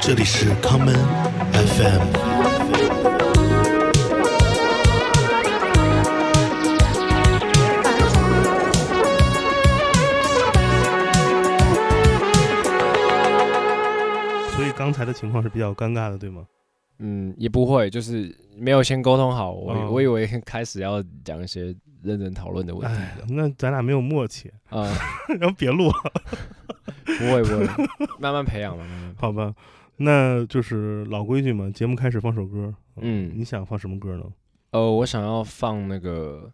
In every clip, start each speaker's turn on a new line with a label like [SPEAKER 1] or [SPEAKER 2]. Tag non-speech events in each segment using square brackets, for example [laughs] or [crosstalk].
[SPEAKER 1] 这里是康门 FM。
[SPEAKER 2] 所以刚才的情况是比较尴尬的，对吗？
[SPEAKER 3] 嗯，也不会，就是没有先沟通好。我、
[SPEAKER 2] 嗯
[SPEAKER 3] 我以为 [laughs] 开始要讲一些认真讨论的问题
[SPEAKER 2] 哎，那咱俩没有默契， [laughs]
[SPEAKER 3] 啊、
[SPEAKER 2] 然后别录了，
[SPEAKER 3] 不会不会，慢慢培养吧，慢慢培养。
[SPEAKER 2] 好吧？那就是老规矩嘛，节目开始放首歌。 [laughs]
[SPEAKER 3] 嗯
[SPEAKER 2] 你，想放什么歌呢？
[SPEAKER 3] 呃，我想要放那个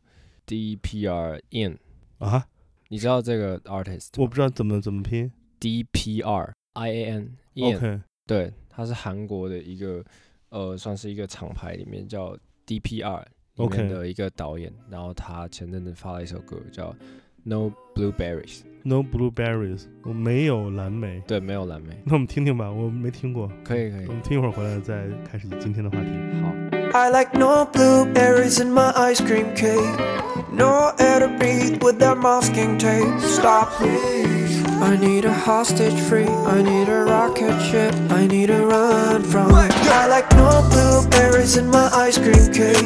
[SPEAKER 3] DPR In，
[SPEAKER 2] 啊，
[SPEAKER 3] 你知道这个 artist
[SPEAKER 2] 我不知道怎么怎么拼。
[SPEAKER 3] DPR I A N In，、
[SPEAKER 2] OK，
[SPEAKER 3] 对，他是韩国的一个呃，算是一个厂牌里面叫 DPR 里
[SPEAKER 2] OK
[SPEAKER 3] 面的一个导演然后他前阵子发了一首歌叫 No Blueberries，
[SPEAKER 2] No Blueberries，我没有蓝莓。
[SPEAKER 3] 对，没有蓝莓，
[SPEAKER 2] 那我们听听吧，我没听过。
[SPEAKER 3] 可以可以
[SPEAKER 2] 我，们听一会儿回来再开始今天的话题。
[SPEAKER 3] 好。
[SPEAKER 4] I like no blueberries in my ice cream cake. No air to breathe with that masking tape. Stop, please. I need a hostage free. I need a rocket ship. I need a run from. I like no blueberries in my ice cream cake.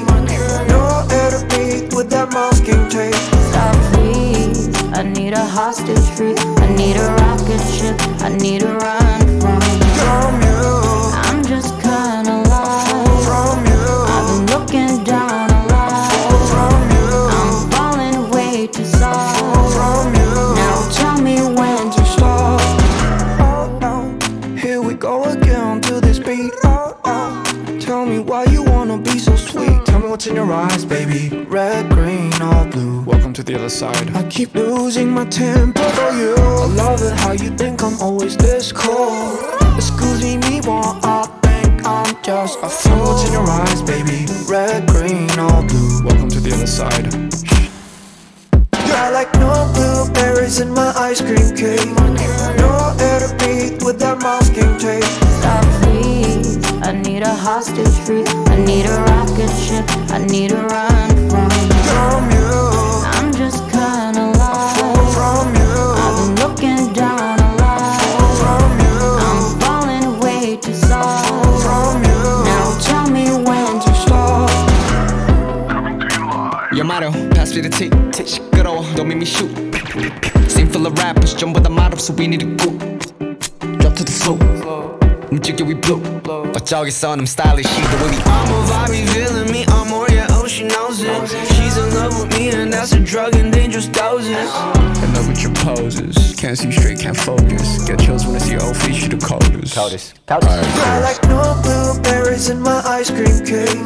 [SPEAKER 4] No air to breathe with that masking tape.
[SPEAKER 5] Stop, please. I need a hostage free. I need a rocket ship. I need a run from. you.
[SPEAKER 4] From you,
[SPEAKER 5] I'm just kinda lost.
[SPEAKER 4] from you,
[SPEAKER 5] I've been looking down a lot.
[SPEAKER 4] from you,
[SPEAKER 5] I'm falling way too soft.
[SPEAKER 4] from you.
[SPEAKER 5] Now tell me when to stop.
[SPEAKER 4] Oh, oh, here we go again to this beat. Oh, oh, tell me why you wanna be so sweet.
[SPEAKER 6] Tell me what's in your eyes, baby.
[SPEAKER 4] Red, green, or blue.
[SPEAKER 6] Welcome to the other side.
[SPEAKER 4] I keep losing my temper for you. I love it how you think I'm always this cold.
[SPEAKER 6] Excuse me.
[SPEAKER 4] Me more, I think I'm just a
[SPEAKER 6] Tell me what's in
[SPEAKER 4] fool.
[SPEAKER 6] your eyes, baby.
[SPEAKER 4] Red, green, or blue.
[SPEAKER 6] Welcome to the other side.
[SPEAKER 4] I like no blueberries in my ice cream cake. No air to breathe with that masking tape.
[SPEAKER 5] Stop, please. I need a hostage free. I need a rocket ship. I need a run from. you.
[SPEAKER 4] From you,
[SPEAKER 5] I'm just kinda lost.
[SPEAKER 4] from you,
[SPEAKER 5] I've been looking down a lot.
[SPEAKER 4] from you,
[SPEAKER 5] I'm falling way too soft.
[SPEAKER 4] from you.
[SPEAKER 5] Now tell me when to stop.
[SPEAKER 7] Yamato, pass me the tea. Tish, good old, don't make me shoot. Scene full of rappers, jump with the model, so we need a go. Drop to the floor. 움직여 we blow. 어쩌겠어, I'm stylish, she the way we
[SPEAKER 8] I'm a vibe, he's feeling me. I'm more, yeah, oh, she knows it. She's in love with me, and that's a drug and dangerous doses.
[SPEAKER 6] In love with your poses. Can't see straight, can't focus. Get chills when I see your old face, you the coldest. Coldest.
[SPEAKER 4] I like no blueberries in my ice cream cake.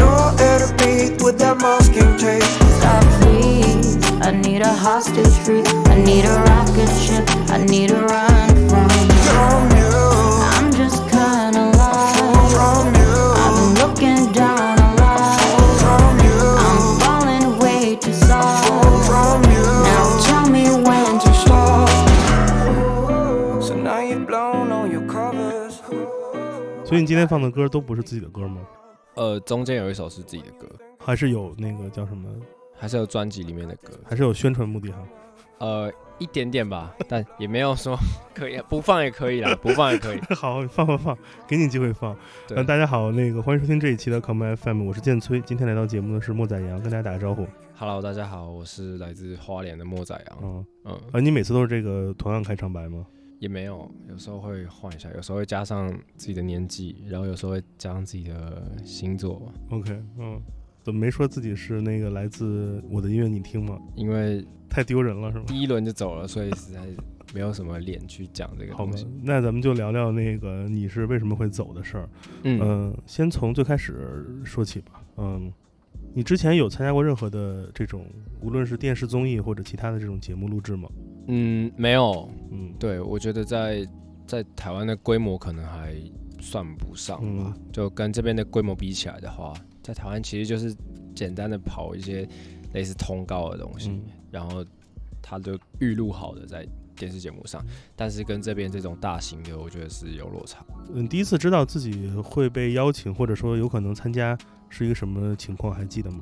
[SPEAKER 4] No air to breathe with that masking tape.
[SPEAKER 5] Stop, please. I need a hostage free. I need a rocket ship. I need a run from. you.
[SPEAKER 4] From you,
[SPEAKER 5] I'm just kinda lost.
[SPEAKER 4] from you,
[SPEAKER 5] I've been looking down a lot.
[SPEAKER 4] from you,
[SPEAKER 5] I'm falling way too soft.
[SPEAKER 4] from you.
[SPEAKER 5] Now tell me when to stop.
[SPEAKER 4] So now you've blown all your covers.
[SPEAKER 2] 所以你今天放的歌都不是自己的歌吗？
[SPEAKER 3] 呃，中间有一首是自己的歌，
[SPEAKER 2] 还是有那个叫什么？
[SPEAKER 3] 还是有专辑里面的歌，
[SPEAKER 2] 还是有宣传目的哈？
[SPEAKER 3] 呃，一点点吧，但也没有说 [laughs] 可以不放也可以啦，不放也可以。
[SPEAKER 2] [laughs] 好，放放放，给你机会放。
[SPEAKER 3] 对
[SPEAKER 2] 呃，大家好，那个欢迎收听这一期的 Come FM，我是建崔。今天来到节目的是莫宰阳，跟大家打个招呼。
[SPEAKER 3] Hello，大家好，我是来自花莲的莫仔阳，
[SPEAKER 2] 嗯，
[SPEAKER 3] 嗯，
[SPEAKER 2] 呃，你每次都是这个同样开场白吗？
[SPEAKER 3] 也没有，有时候会换一下，有时候会加上自己的年纪，然后有时候会加上自己的星座，
[SPEAKER 2] OK，嗯，怎么没说自己是那个来自我的音乐你听吗？
[SPEAKER 3] 因为
[SPEAKER 2] 太丢人了是吗？
[SPEAKER 3] 第一轮就走了，所以实在没有什么脸去讲这个
[SPEAKER 2] 好吧
[SPEAKER 3] 东西。，
[SPEAKER 2] 那咱们就聊聊那个你是为什么会走的事儿。
[SPEAKER 3] 嗯，
[SPEAKER 2] 嗯、先从最开始说起吧。嗯，你之前有参加过任何的这种，无论是电视综艺或者其他的这种节目录制吗？
[SPEAKER 3] 嗯，没有，
[SPEAKER 2] 嗯，，
[SPEAKER 3] 对我觉得在在台湾的规模可能还算不上吧，
[SPEAKER 2] 嗯
[SPEAKER 3] 就跟这边的规模比起来的话，在台湾其实就是简单的跑一些类似通告的东西，
[SPEAKER 2] 嗯
[SPEAKER 3] 然后它就预录好的在电视节目上，但是跟这边这种大型的，我觉得是有落差。
[SPEAKER 2] 嗯，第一次知道自己会被邀请，或者说有可能参加，是一个什么情况？还记得吗？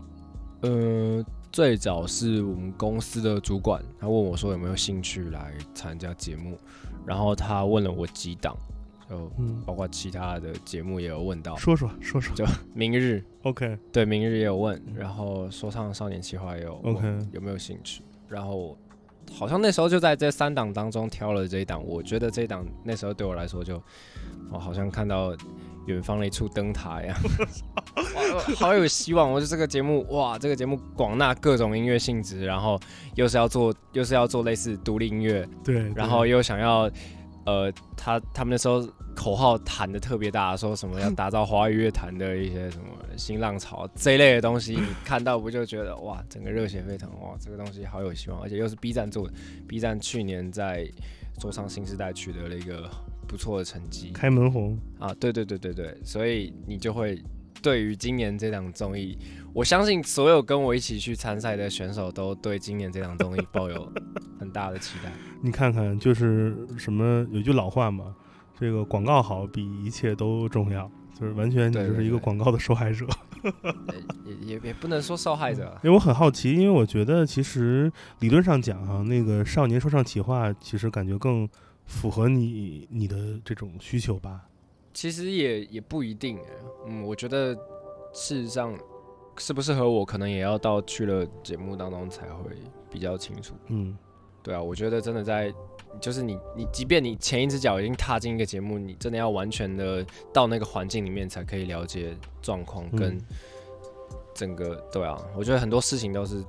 [SPEAKER 3] 嗯，最早是我们公司的主管，他问我说有没有兴趣来参加节目，然后他问了我几档，就
[SPEAKER 2] 嗯，
[SPEAKER 3] 包括其他的节目也有问到，
[SPEAKER 2] 说说说说
[SPEAKER 3] 就明日
[SPEAKER 2] ，OK，
[SPEAKER 3] 对明日也有问，然后说唱少年企划也有问
[SPEAKER 2] 嗯 OK
[SPEAKER 3] 有没有兴趣，然后好像那时候就在这三档当中挑了这一档，我觉得这一档那时候对我来说就，我好像看到远方的一处灯塔一样，哇好有希望！我就这个节目哇，这个节目广纳各种音乐性质，然后又是要做又是要做类似独立音乐，
[SPEAKER 2] 对，
[SPEAKER 3] 然
[SPEAKER 2] 对
[SPEAKER 3] 后又想要，呃，他他们那时候口号喊的特别大，说什么要打造华语乐坛的一些什么新浪潮这一类的东西，你看到不就觉得哇，整个热血沸腾，哇，这个东西好有希望，而且又是 B 站做的，B 站去年在做上新时代取得了一个不错的成绩
[SPEAKER 2] 开门红，
[SPEAKER 3] 啊，对对对对对，所以你就会。对于今年这档综艺，我相信所有跟我一起去参赛的选手都对今年这档综艺抱有很大的期待。
[SPEAKER 2] 你看看就是什么有句老话嘛，这个广告好比一切都重要，就是完全你
[SPEAKER 3] 对
[SPEAKER 2] 就
[SPEAKER 3] 对
[SPEAKER 2] 是一个
[SPEAKER 3] 对
[SPEAKER 2] 广告的受害者。
[SPEAKER 3] 呃也也也不能说受害者啦，
[SPEAKER 2] 因为我很好奇，因为我觉得其实理论上讲啊，那个少年说唱企划其实感觉更符合你你的这种需求吧。
[SPEAKER 3] 其实也也不一定哎、嗯，我觉得事实上适不适合我，可能也要到去了节目当中才会比较清楚。
[SPEAKER 2] 嗯，
[SPEAKER 3] 对啊，我觉得真的在，就是你你，即便你前一只脚已经踏进一个节目，你真的要完全的到那个环境里面，才可以了解状况
[SPEAKER 2] 嗯
[SPEAKER 3] 跟整个、对啊，我觉得很多事情都是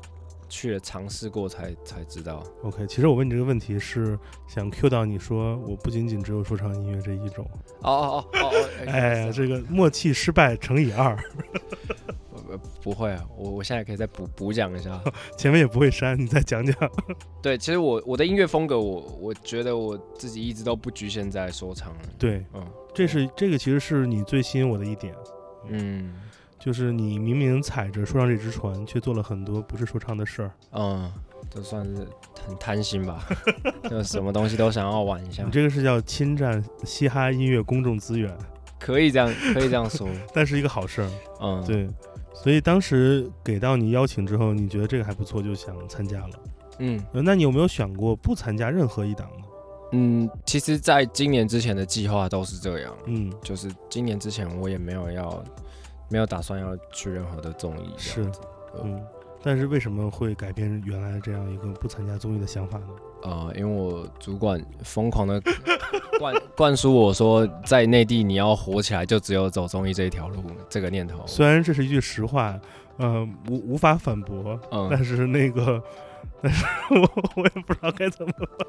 [SPEAKER 3] 去了尝试过才才知道。
[SPEAKER 2] OK，其实我问你这个问题是想 cue 到你说，我不仅仅只有说唱音乐这一种。
[SPEAKER 3] 哦哦哦哦哦，
[SPEAKER 2] 哎，这个默契失败乘以二，
[SPEAKER 3] 呃不会啊，我我现在可以再补补讲一下。
[SPEAKER 2] 前面也不会删，你再讲讲。
[SPEAKER 3] 对，其实我我的音乐风格我，我觉得我自己一直都不局限在说唱。
[SPEAKER 2] 对，
[SPEAKER 3] 嗯
[SPEAKER 2] 这是这个其实是你最吸引我的一点，
[SPEAKER 3] 嗯
[SPEAKER 2] 就是你明明踩着说唱这只船，却做了很多不是说唱的事儿。
[SPEAKER 3] 嗯，这算是很贪心吧， [laughs] 就什么东西都想要玩一下
[SPEAKER 2] 你，这个是叫侵占嘻哈音乐公众资源，
[SPEAKER 3] 可以这样，可以这
[SPEAKER 2] [laughs]
[SPEAKER 3] 样说。
[SPEAKER 2] 但是一个好事儿。
[SPEAKER 3] 嗯，，
[SPEAKER 2] 对，所以当时给到你邀请之后，你觉得这个还不错，就想参加了。
[SPEAKER 3] 嗯
[SPEAKER 2] 呃那你有没有想过不参加任何一档呢？
[SPEAKER 3] 嗯，其实在今年之前的计划都是这样，
[SPEAKER 2] 嗯，
[SPEAKER 3] 就是今年之前我也没有要，没有打算要去任何的综艺。
[SPEAKER 2] 是，嗯。但是为什么会改变原来这样一个不参加综艺的想法呢？
[SPEAKER 3] 呃，因为我主管疯狂的灌 [laughs] 灌输我说，在内地你要火起来，就只有走综艺这一条路，这个念头。
[SPEAKER 2] 虽然这是一句实话，呃，无无法反驳，
[SPEAKER 3] 嗯
[SPEAKER 2] 但是那个，但是我我也不知道该怎么办。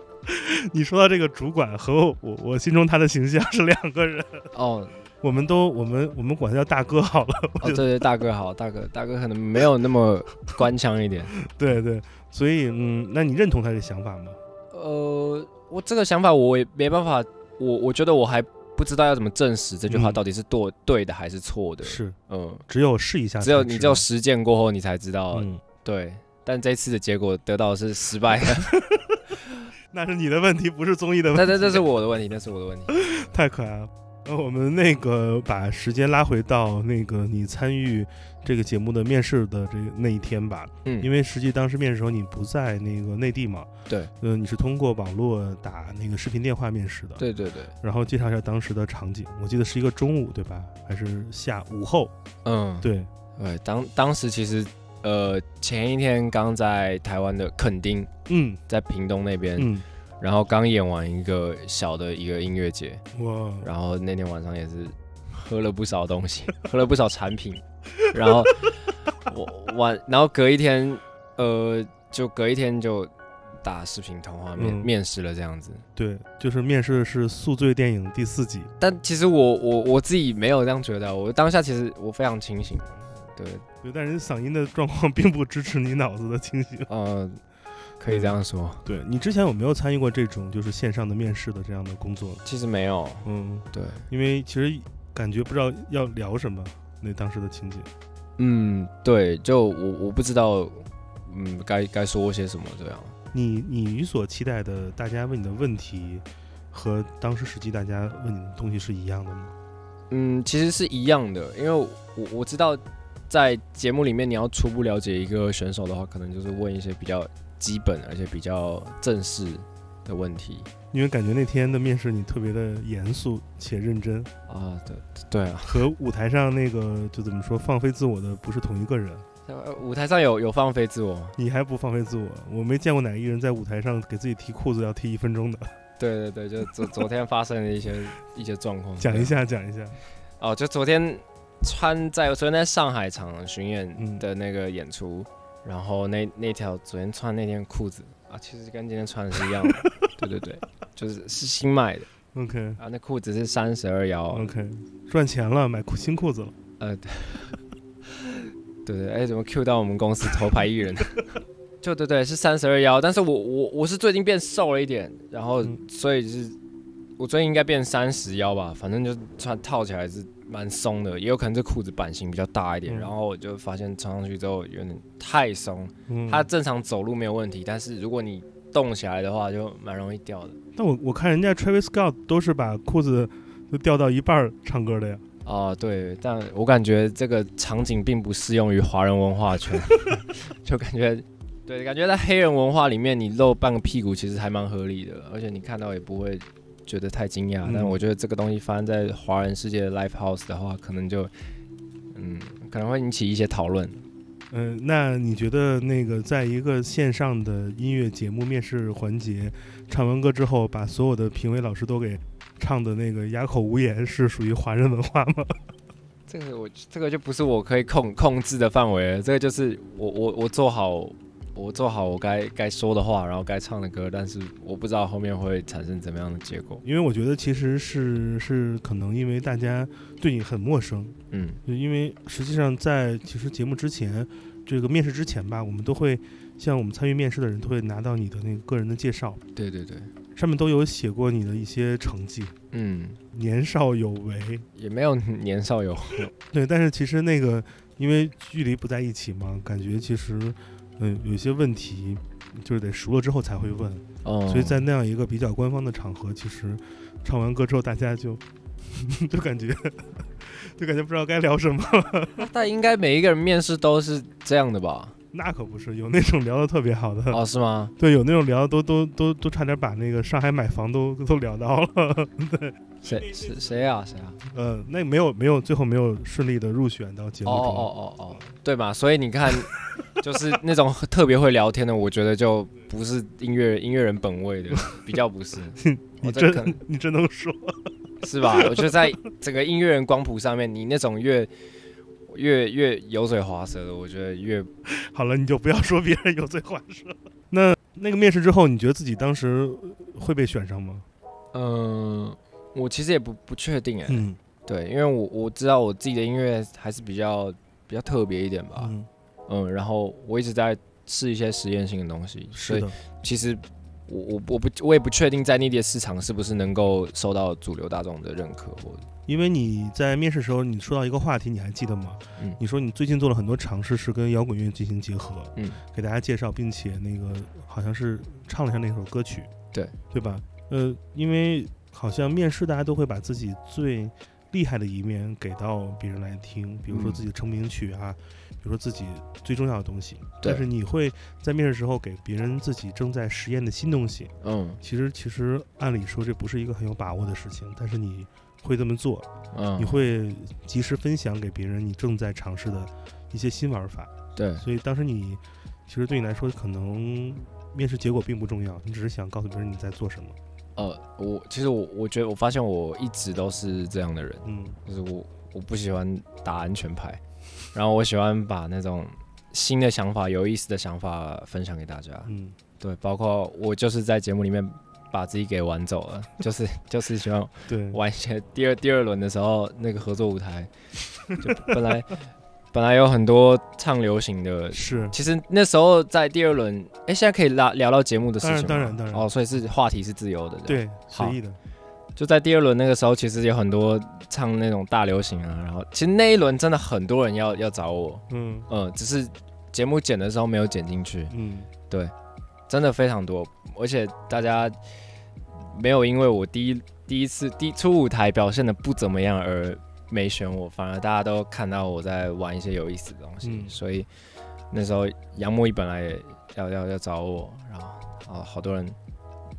[SPEAKER 2] [laughs] 你说到这个主管和我我我心中他的形象是两个人，
[SPEAKER 3] 哦
[SPEAKER 2] 我们都我们我们管他叫大哥好了。 [laughs]
[SPEAKER 3] 哦，对对，大哥好，大哥大哥可能没有那么官腔一点。
[SPEAKER 2] 对对，所以嗯，那你认同他的想法吗？
[SPEAKER 3] 呃，我这个想法我也没办法，我我觉得我还不知道要怎么证实这句话
[SPEAKER 2] 嗯
[SPEAKER 3] 到底是对、对的还是错的。
[SPEAKER 2] 是，
[SPEAKER 3] 嗯，
[SPEAKER 2] 只有试一下才
[SPEAKER 3] 只
[SPEAKER 2] 知道，
[SPEAKER 3] 有你只有实践过后，你才知道、
[SPEAKER 2] 嗯，
[SPEAKER 3] 对。但这次的结果得到的是
[SPEAKER 2] [laughs]
[SPEAKER 3] 失败的，
[SPEAKER 2] 那是你的问题，不是综艺的问
[SPEAKER 3] 但但这是我的问题，那是我的问题。
[SPEAKER 2] 题，太可爱了。那我们那个把时间拉回到那个你参与这个节目的面试的这个那一天吧，
[SPEAKER 3] 嗯，
[SPEAKER 2] 因为实际当时面试的时候你不在那个内地嘛，
[SPEAKER 3] 对，
[SPEAKER 2] 呃，你是通过网络打那个视频电话面试的，，
[SPEAKER 3] 对对对，
[SPEAKER 2] 然后介绍一下当时的场景，我记得是一个中午对吧，还是下午后？
[SPEAKER 3] 嗯，
[SPEAKER 2] 对，
[SPEAKER 3] 对，当当时其实呃前一天刚在台湾的垦丁，
[SPEAKER 2] 嗯
[SPEAKER 3] 在屏东那边，
[SPEAKER 2] 嗯，
[SPEAKER 3] 然后刚演完一个小的一个音乐节，
[SPEAKER 2] 我
[SPEAKER 3] 然后那天晚上也是喝了不少东西， [laughs] 喝了不少产品，然后我晚，然后隔一天，呃，就隔一天就打视频通话面、
[SPEAKER 2] 嗯
[SPEAKER 3] 面试了这样子。
[SPEAKER 2] 对，就是面试的是《宿醉》电影第四集。
[SPEAKER 3] 但其实我我我自己没有这样觉得，啊我当下其实我非常清醒，对，
[SPEAKER 2] 对，但是嗓音的状况并不支持你脑子的清醒。
[SPEAKER 3] 呃，可以这样说，
[SPEAKER 2] 对你之前有没有参与过这种就是线上的面试的这样的工作？
[SPEAKER 3] 其实没有，
[SPEAKER 2] 嗯，
[SPEAKER 3] 对。
[SPEAKER 2] 因为其实感觉不知道要聊什么，那当时的情景。
[SPEAKER 3] 嗯，对，就我我不知道，嗯，该该说些什么这样。
[SPEAKER 2] 你你与所期待的大家问你的问题，和当时实际大家问你的东西是一样的吗？
[SPEAKER 3] 嗯，其实是一样的，因为我我知道，在节目里面你要初步了解一个选手的话，可能就是问一些比较基本而且比较正式的问题
[SPEAKER 2] 因为感觉那天的面试你特别的严肃且认真，
[SPEAKER 3] 啊，对对啊，
[SPEAKER 2] 和舞台上那个就怎么说放飞自我的不是同一个人。
[SPEAKER 3] 呃舞台上有有放飞自我吗，
[SPEAKER 2] 你还不放飞自我？我没见过哪个艺人在舞台上给自己提裤子要提一分钟的。
[SPEAKER 3] 对对对，就昨昨天发生的一些一些状况，
[SPEAKER 2] 讲一下，讲一下。
[SPEAKER 3] 哦，就昨天穿在昨天在上海场巡演的那个演出，然后那那条昨天穿那件裤子啊，其实跟今天穿的是一样的，对对对，就是是新买的
[SPEAKER 2] OK
[SPEAKER 3] 啊，那裤子是三十二腰，
[SPEAKER 2] OK，赚钱了，买裤新裤子了。
[SPEAKER 3] 呃，对对对，哎，怎么 Q 到我们公司头牌艺人？ [laughs] 就对对，是三十二腰，但是我我我是最近变瘦了一点，然后
[SPEAKER 2] 嗯
[SPEAKER 3] 所以是，我最近应该变三十腰吧，反正就穿套起来是蛮松的，也有可能这裤子版型比较大一点，
[SPEAKER 2] 嗯
[SPEAKER 3] 然后我就发现穿上去之后有点太松，
[SPEAKER 2] 嗯，
[SPEAKER 3] 它正常走路没有问题，但是如果你动起来的话，就蛮容易掉的。
[SPEAKER 2] 但我我看人家 Travis Scott 都是把裤子都掉到一半儿唱歌的呀。
[SPEAKER 3] 哦，对，但我感觉这个场景并不适用于华人文化圈， [laughs] 就感觉，对，感觉在黑人文化里面，你露半个屁股其实还蛮合理的，而且你看到也不会觉得太惊讶。
[SPEAKER 2] 嗯
[SPEAKER 3] 但我觉得这个东西发生在华人世界的 live house 的话，可能就，嗯，可能会引起一些讨论。
[SPEAKER 2] 嗯、那你觉得那个在一个线上的音乐节目面试环节，唱完歌之后，把所有的评委老师都给唱的那个哑口无言，是属于华人文化吗？
[SPEAKER 3] 这个我这个就不是我可以控控制的范围了，这个就是我我我做好我做好我该该说的话，然后该唱的歌，但是我不知道后面会产生怎么样的结果。
[SPEAKER 2] 因为我觉得其实是是可能因为大家对你很陌生，
[SPEAKER 3] 嗯。
[SPEAKER 2] 就因为实际上在其实节目之前，这个面试之前吧，我们都会像我们参与面试的人都会拿到你的那个个人的介绍，
[SPEAKER 3] 对对对，
[SPEAKER 2] 上面都有写过你的一些成绩，
[SPEAKER 3] 嗯，
[SPEAKER 2] 年少有为。
[SPEAKER 3] 也没有年少有为，
[SPEAKER 2] 对，但是其实那个因为距离不在一起嘛，感觉其实嗯、有一些问题就是得熟了之后才会问，
[SPEAKER 3] 哦，
[SPEAKER 2] 所以在那样一个比较官方的场合，其实唱完歌之后大家就 [laughs] 就感觉 [laughs] 就感觉不知道该聊什么。 [laughs]
[SPEAKER 3] 但应该每一个人面试都是这样的吧？
[SPEAKER 2] 那可不是，有那种聊得特别好的，
[SPEAKER 3] 哦，是吗？
[SPEAKER 2] 对，有那种聊得都都都都差点把那个上海买房都都聊到了， [laughs]
[SPEAKER 3] 谁谁谁啊谁啊？
[SPEAKER 2] 呃，那没有没有，最后没有顺利的入选到节目
[SPEAKER 3] 哦
[SPEAKER 2] 中。
[SPEAKER 3] 哦哦哦哦，对嘛？所以你看， [laughs] 就是那种特别会聊天的，我觉得就不是音乐音乐人本位的，比较不是。
[SPEAKER 2] [laughs] 你
[SPEAKER 3] 哦这
[SPEAKER 2] 真、
[SPEAKER 3] 可能
[SPEAKER 2] 你真能说， [laughs]
[SPEAKER 3] 是吧？我觉得在整个音乐人光谱上面，你那种越越越油嘴滑舌的，我觉得越
[SPEAKER 2] 好了，你就不要说别人有罪话说。那那个面试之后，你觉得自己当时会被选上吗？
[SPEAKER 3] 嗯、我其实也不不确定哎、
[SPEAKER 2] 嗯
[SPEAKER 3] 对，因为我我知道我自己的音乐还是比较比较特别一点吧，
[SPEAKER 2] 嗯，
[SPEAKER 3] 嗯然后我一直在试一些实验性的东西，
[SPEAKER 2] 是
[SPEAKER 3] 所以
[SPEAKER 2] 的，
[SPEAKER 3] 其实我我我不我也不确定在内地的市场是不是能够受到主流大众的认可，我
[SPEAKER 2] 因为你在面试时候，你说到一个话题，你还记得吗？
[SPEAKER 3] 嗯
[SPEAKER 2] 你说你最近做了很多尝试，是跟摇滚乐进行结合，
[SPEAKER 3] 嗯，
[SPEAKER 2] 给大家介绍，并且那个好像是唱了一下那首歌曲，
[SPEAKER 3] 对
[SPEAKER 2] 对吧？呃，因为好像面试大家都会把自己最厉害的一面给到别人来听，比如说
[SPEAKER 3] 嗯
[SPEAKER 2] 自己的成名曲啊，比如说自己最重要的东西。
[SPEAKER 3] 对
[SPEAKER 2] 但是你会在面试时候给别人自己正在实验的新东西，
[SPEAKER 3] 嗯
[SPEAKER 2] 其实其实按理说这不是一个很有把握的事情，但是你会这么做，
[SPEAKER 3] 嗯
[SPEAKER 2] 你，会及时分享给别人你正在尝试的一些新玩法。
[SPEAKER 3] 对
[SPEAKER 2] 所以当时你其实对你来说，可能面试结果并不重要，你只是想告诉别人你在做什么。
[SPEAKER 3] 呃，我其实我我觉得我发现我一直都是这样的人，
[SPEAKER 2] 嗯
[SPEAKER 3] 就是我我不喜欢打安全牌，然后我喜欢把那种新的想法、有意思的想法分享给大家，
[SPEAKER 2] 嗯，
[SPEAKER 3] 对，包括我就是在节目里面把自己给玩走了，就是就是喜欢
[SPEAKER 2] 对，
[SPEAKER 3] 玩一些第二第二轮的时候那个合作舞台，就本来本来有很多唱流行的，
[SPEAKER 2] 是
[SPEAKER 3] 其实那时候在第二轮，哎，现在可以拉聊到节目的事
[SPEAKER 2] 当
[SPEAKER 3] 情
[SPEAKER 2] 然
[SPEAKER 3] 吗
[SPEAKER 2] 当然当然
[SPEAKER 3] 哦，所以是话题是自由的，这样，
[SPEAKER 2] 对随意的，
[SPEAKER 3] 就在第二轮那个时候，其实有很多唱那种大流行啊，然后其实那一轮真的很多人要要找我，
[SPEAKER 2] 嗯
[SPEAKER 3] 嗯，只是节目剪的时候没有剪进去，
[SPEAKER 2] 嗯
[SPEAKER 3] 真的非常多，而且大家没有因为我第一第一次第初舞台表现的不怎么样而没选我，反而大家都看到我在玩一些有意思的东西，
[SPEAKER 2] 嗯
[SPEAKER 3] 所以哦那时候杨木一本来也要要要找我，然后啊好多人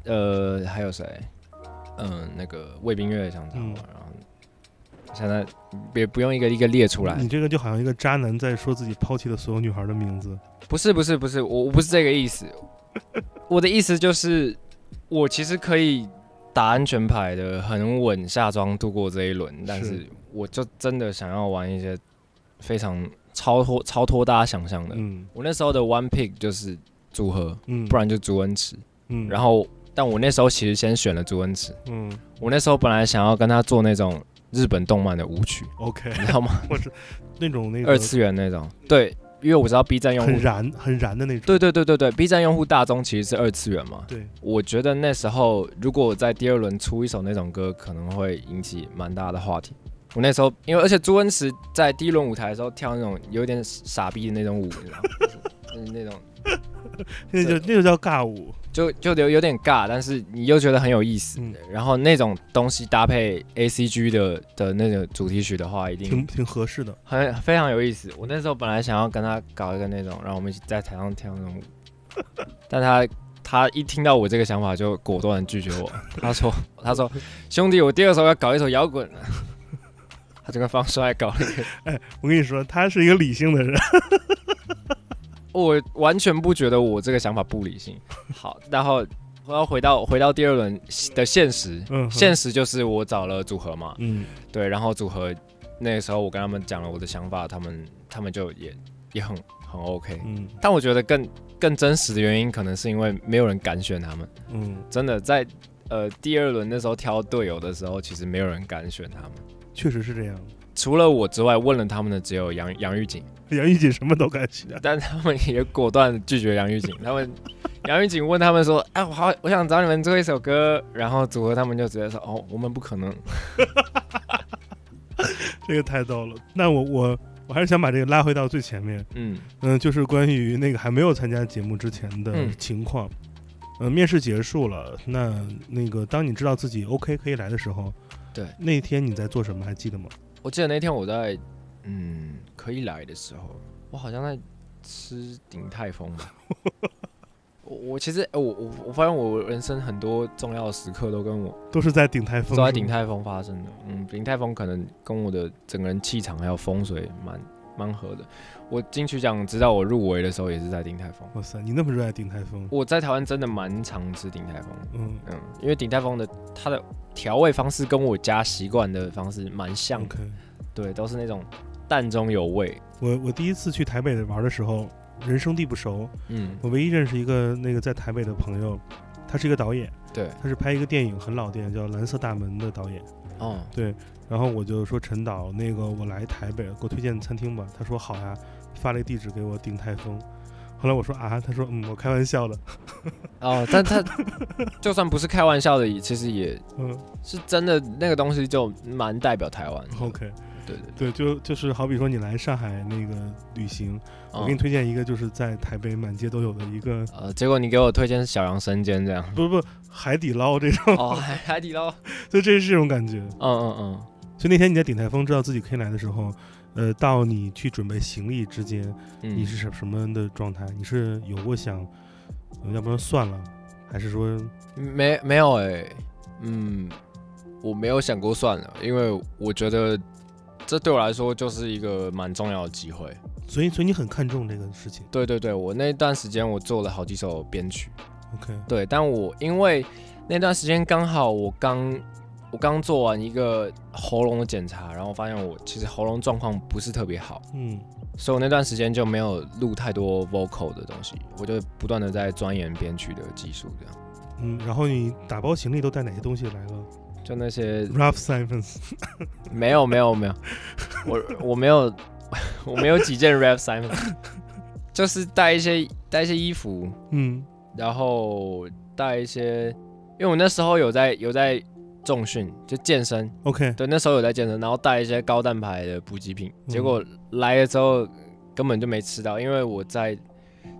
[SPEAKER 3] 呃，还有谁？嗯，那个卫兵乐想台湾，
[SPEAKER 2] 嗯
[SPEAKER 3] 然后现在别不用一个一个列出来
[SPEAKER 2] 你，这个就好像一个渣男在说自己抛弃的所有女孩的名字。
[SPEAKER 3] 不是不是不是，我我不是这个
[SPEAKER 2] [laughs]
[SPEAKER 3] 意思，我的意思就是，我其实可以打安全牌的，很稳下庄度过这一轮，但
[SPEAKER 2] 是
[SPEAKER 3] 是我就真的想要玩一些非常超脱超脱大家想象的。
[SPEAKER 2] 嗯
[SPEAKER 3] 我那时候的 one pick 就是组合，
[SPEAKER 2] 嗯，
[SPEAKER 3] 不然就朱恩池，
[SPEAKER 2] 嗯，
[SPEAKER 3] 然后但我那时候其实先选了朱恩池，
[SPEAKER 2] 嗯
[SPEAKER 3] 我那时候本来想要跟他做那种日本动漫的舞曲， [laughs]
[SPEAKER 2] ，OK，
[SPEAKER 3] 你知道吗？
[SPEAKER 2] 那种那个
[SPEAKER 3] 二次元那种，对，因为我知道 B 站用户
[SPEAKER 2] 很燃很燃的那种。
[SPEAKER 3] 对对对对对，B 站用户大众其实是二次元嘛。
[SPEAKER 2] 对，
[SPEAKER 3] 我觉得那时候如果我在第二轮出一首那种歌，可能会引起蛮大的话题。我那时候因为而且朱恩石在第一轮舞台的时候跳那种有点傻逼的那种舞，你知道吗？
[SPEAKER 2] [laughs]
[SPEAKER 3] 就是那种
[SPEAKER 2] 那就那就叫尬舞。
[SPEAKER 3] 就就有有点尬，但是你又觉得很有意思。
[SPEAKER 2] 嗯
[SPEAKER 3] 然后那种东西搭配 A C G 的的那种主题曲的话，一定
[SPEAKER 2] 挺挺合适的。
[SPEAKER 3] 很非常有意思。我那时候本来想要跟他搞一个那种，然后我们一起在台上跳那种舞， [laughs] 但他他一听到我这个想法就果断地拒绝我。他说：“他说兄弟，我第二首要搞一首摇滚。” [laughs] 他就跟方帅搞了一个，
[SPEAKER 2] 我跟你说，他是一个理性的人。
[SPEAKER 3] 我完全不觉得我这个想法不理性。好，然后我要回到回到第二轮的现实，
[SPEAKER 2] 嗯，
[SPEAKER 3] 现实就是我找了组合嘛，
[SPEAKER 2] 嗯
[SPEAKER 3] 对，然后组合那时候我跟他们讲了我的想法，他们他们就也也很很 OK，
[SPEAKER 2] [laughs] 嗯
[SPEAKER 3] 但我觉得更更真实的原因，可能是因为没有人敢选他们。
[SPEAKER 2] 嗯，
[SPEAKER 3] 真的在呃第二轮那时候挑队友的时候，其实没有人敢选他们，
[SPEAKER 2] 确实是这样。
[SPEAKER 3] 除了我之外，问了他们的只有杨杨钰锦，
[SPEAKER 2] 杨钰锦什么都敢学。
[SPEAKER 3] 但他们也果断地拒绝杨钰锦。他们杨钰锦问他们说：“哎，我好，我想找你们做一首歌。”然后组合他们就直接说：“哦，我们不可能。
[SPEAKER 2] 这个太逗了。那我我我还是想把这个拉回到最前面，”
[SPEAKER 3] 嗯
[SPEAKER 2] 嗯、就是关于那个还没有参加节目之前的
[SPEAKER 3] 嗯
[SPEAKER 2] 情况。呃，面试结束了，那那个当你知道自己 OK 可以来的时候，
[SPEAKER 3] 对
[SPEAKER 2] 那天你在做什么还记得吗？
[SPEAKER 3] 我记得那天我在嗯可以来的时候，我好像在吃鼎泰丰吧。我我其实哎我我我发现我人生很多重要的时刻都跟我
[SPEAKER 2] 都是在顶台风，
[SPEAKER 3] 都在鼎泰丰发生的。嗯，鼎泰丰可能跟我的整个人气场还有风水蛮蛮合的。我金曲奖知道我入围的时候也是在鼎泰丰。
[SPEAKER 2] 哇塞，你那么热爱顶台风，
[SPEAKER 3] 我在台湾真的蛮常吃鼎泰丰的，
[SPEAKER 2] 嗯
[SPEAKER 3] 嗯，因为鼎泰丰的它的调味方式跟我家习惯的方式蛮像的，
[SPEAKER 2] ，OK。
[SPEAKER 3] 对，都是那种淡中有味，
[SPEAKER 2] 我我第一次去台北玩的时候，人生地不熟，
[SPEAKER 3] 嗯，
[SPEAKER 2] 我唯一认识一个那个在台北的朋友，他是一个导演，
[SPEAKER 3] 对，
[SPEAKER 2] 他是拍一个电影很老电影叫《蓝色大门》的导演。
[SPEAKER 3] 哦，
[SPEAKER 2] 然后我就说陈导，那个我来台北，给我推荐餐厅吧。他说好呀，发了一地址给我鼎泰丰。后来我说啊，他说嗯，我开玩笑的，
[SPEAKER 3] 哦，但他就算不是开玩笑的，也其实也
[SPEAKER 2] [laughs] 嗯
[SPEAKER 3] 是真的，那个东西就蛮代表台湾的，
[SPEAKER 2] ，OK，
[SPEAKER 3] 对
[SPEAKER 2] 对，
[SPEAKER 3] 对对，
[SPEAKER 2] 就就是好比说你来上海那个旅行，我
[SPEAKER 3] 嗯
[SPEAKER 2] 给你推荐一个就是在台北满街都有的一个，，
[SPEAKER 3] 呃，结果你给我推荐小杨生煎这样
[SPEAKER 2] 不不海底捞这种，
[SPEAKER 3] 哦，海海底捞，
[SPEAKER 2] [laughs] 就这是这种感觉。
[SPEAKER 3] 嗯嗯嗯，
[SPEAKER 2] 所以那天你在鼎泰丰知道自己可以来的时候，呃，到你去准备行李之间，
[SPEAKER 3] 嗯
[SPEAKER 2] 你是什什么样的状态？你是有过想，呃要不然算了，还是说
[SPEAKER 3] 没没有哎、嗯，我没有想过算了，因为我觉得这对我来说就是一个蛮重要的机会。
[SPEAKER 2] 所以，所以你很看重这个事情
[SPEAKER 3] 对对对，我那段时间我做了好几首编曲，
[SPEAKER 2] ，OK？
[SPEAKER 3] 对，但我因为那段时间刚好我刚我刚做完一个喉咙的检查，然后发现我其实喉咙状况不是特别好，
[SPEAKER 2] 嗯
[SPEAKER 3] 所以我那段时间就没有录太多 vocal 的东西，我就不断的在钻研编曲的技术，这样
[SPEAKER 2] 嗯，然后你打包行李都带哪些东西来了
[SPEAKER 3] 就那些
[SPEAKER 2] ？Ralph Simons，
[SPEAKER 3] 没有没有没有，我我没有 [laughs] 我没有几件 rap Simon，就是带一些带一些衣服，
[SPEAKER 2] 嗯
[SPEAKER 3] 然后带一些，因为我那时候有在有在重训，就健身，
[SPEAKER 2] ，OK，
[SPEAKER 3] 对，那时候有在健身，然后带一些高蛋白的补给品，
[SPEAKER 2] 嗯
[SPEAKER 3] 结果来了之后根本就没吃到，因为我在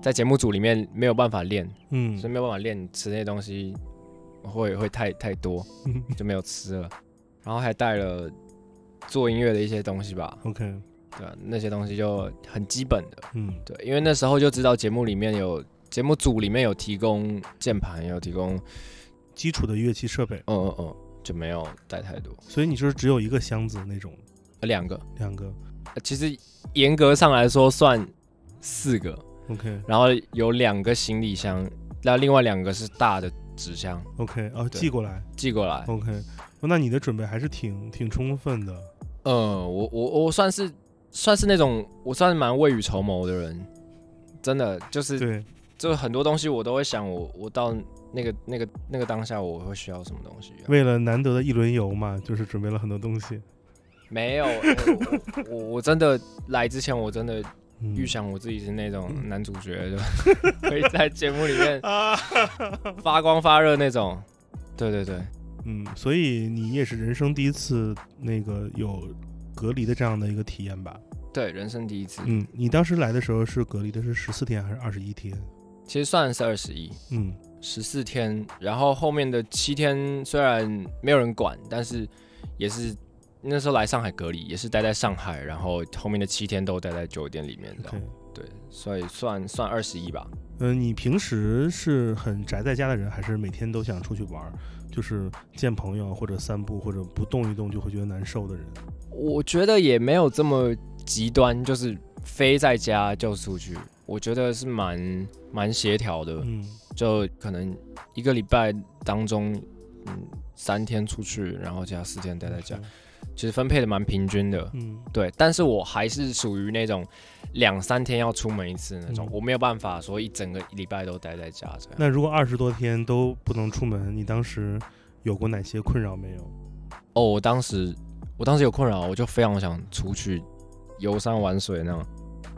[SPEAKER 3] 在节目组里面没有办法练，
[SPEAKER 2] 嗯
[SPEAKER 3] 所以没有办法练，吃那些东西会会太
[SPEAKER 2] [laughs]
[SPEAKER 3] 太多，
[SPEAKER 2] 嗯
[SPEAKER 3] 就没有吃了，然后还带了做音乐的一些东西吧，
[SPEAKER 2] ，OK，
[SPEAKER 3] 对啊那些东西就很基本的，
[SPEAKER 2] 嗯
[SPEAKER 3] 对，因为那时候就知道节目里面有节目组里面有提供键盘，有提供
[SPEAKER 2] 基础的乐器设备，
[SPEAKER 3] 嗯嗯嗯，就没有带太多，
[SPEAKER 2] 所以你就是只有一个箱子那种，
[SPEAKER 3] 呃两个，
[SPEAKER 2] 两个。
[SPEAKER 3] 呃其实严格上来说算四个，
[SPEAKER 2] OK
[SPEAKER 3] 然后有两个行李箱，那另外两个是大的纸箱
[SPEAKER 2] OK，哦，
[SPEAKER 3] 对哎
[SPEAKER 2] 寄过来。
[SPEAKER 3] 寄过来。
[SPEAKER 2] OK，、哦那你的准备还是挺挺充分的。
[SPEAKER 3] 嗯，我我我算是算是那种我算是蛮未雨绸缪的人，真的就是
[SPEAKER 2] 对，
[SPEAKER 3] 就是很多东西我都会想我我到那个那个那个当下我会需要什么东西、啊。
[SPEAKER 2] 为了难得的一轮游嘛，就是准备了很多东西。
[SPEAKER 3] 没有，我我我我真的来之前我真的
[SPEAKER 2] 嗯
[SPEAKER 3] 预想我自己是那种男主
[SPEAKER 2] [laughs]
[SPEAKER 3] 角，就可以在节目里面
[SPEAKER 2] 啊，
[SPEAKER 3] 发光发热
[SPEAKER 2] [laughs]
[SPEAKER 3] 那种。对对对，
[SPEAKER 2] 嗯，所以你也是人生第一次那个有隔离的这样的一个体验吧？
[SPEAKER 3] 对人生第一次，
[SPEAKER 2] 嗯，你当时来的时候是隔离的是十四天还是二十一天？
[SPEAKER 3] 其实算是二十一，
[SPEAKER 2] 嗯，
[SPEAKER 3] 十四天，然后后面的七天虽然没有人管，但是也是那时候来上海隔离，也是待在上海，然后后面的七天都待在酒店里面，这
[SPEAKER 2] 对
[SPEAKER 3] 样。对，所以算算二十一吧。
[SPEAKER 2] 呃，你平时是很宅在家的人，还是每天都想出去玩儿，就是见朋友啊或者散步，或者不动一动就会觉得难受的人？
[SPEAKER 3] 我觉得也没有这么极端，就是非在家就出去，我觉得是蛮蛮协调的，
[SPEAKER 2] 嗯，
[SPEAKER 3] 就可能一个礼拜当中，嗯，三天出去，然后其他四天待在家，其实分配的蛮平均的。
[SPEAKER 2] 嗯，
[SPEAKER 3] 对，但是我还是属于那种两三天要出门一次那种，
[SPEAKER 2] 嗯
[SPEAKER 3] 我没有办法说一整个礼拜都待在家这样。
[SPEAKER 2] 那如果二十多天都不能出门，你当时有过哪些困扰没有？
[SPEAKER 3] 哦，我当时我当时有困扰，我就非常想出去游山玩水那样，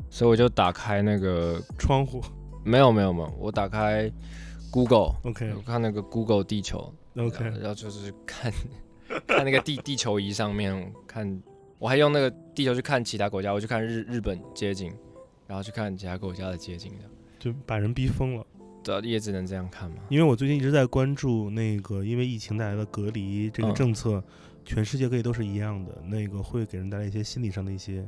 [SPEAKER 3] 所以我就打开那个
[SPEAKER 2] 窗户
[SPEAKER 3] 没有没有没有，我打开 Google，
[SPEAKER 2] ，OK
[SPEAKER 3] 我看那个 Google 地球
[SPEAKER 2] 嗯 OK，
[SPEAKER 3] 然后就是看 [laughs] 看那个地地球仪上面看，我还用那个地球去看其他国家，我去看日日本街景，然后去看其他国家的街景这样。
[SPEAKER 2] 就把人逼疯了。
[SPEAKER 3] 对啊，也只能这样看嘛。
[SPEAKER 2] 因为我最近一直在关注那个，因为疫情带来的隔离这个
[SPEAKER 3] 嗯
[SPEAKER 2] 政策，全世界各地都是一样的，那个会给人带来一些心理上的一些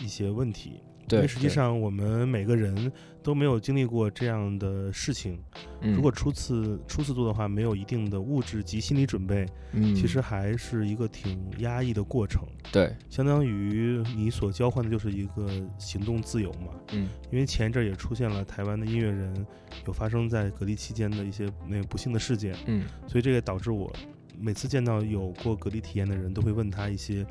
[SPEAKER 2] 一些问题。因
[SPEAKER 3] 对，
[SPEAKER 2] 为实际上我们每个人都没有经历过这样的事情。
[SPEAKER 3] 对，
[SPEAKER 2] 如果初次初次做的话，没有一定的物质及心理准备，
[SPEAKER 3] 嗯
[SPEAKER 2] 其实还是一个挺压抑的过程。
[SPEAKER 3] 对，
[SPEAKER 2] 相当于你所交换的就是一个行动自由嘛。
[SPEAKER 3] 嗯，
[SPEAKER 2] 因为前一阵儿也出现了台湾的音乐人有发生在隔离期间的一些那个不幸的事件，
[SPEAKER 3] 嗯，
[SPEAKER 2] 所以这个导致我每次见到有过隔离体验的人，都会问他一些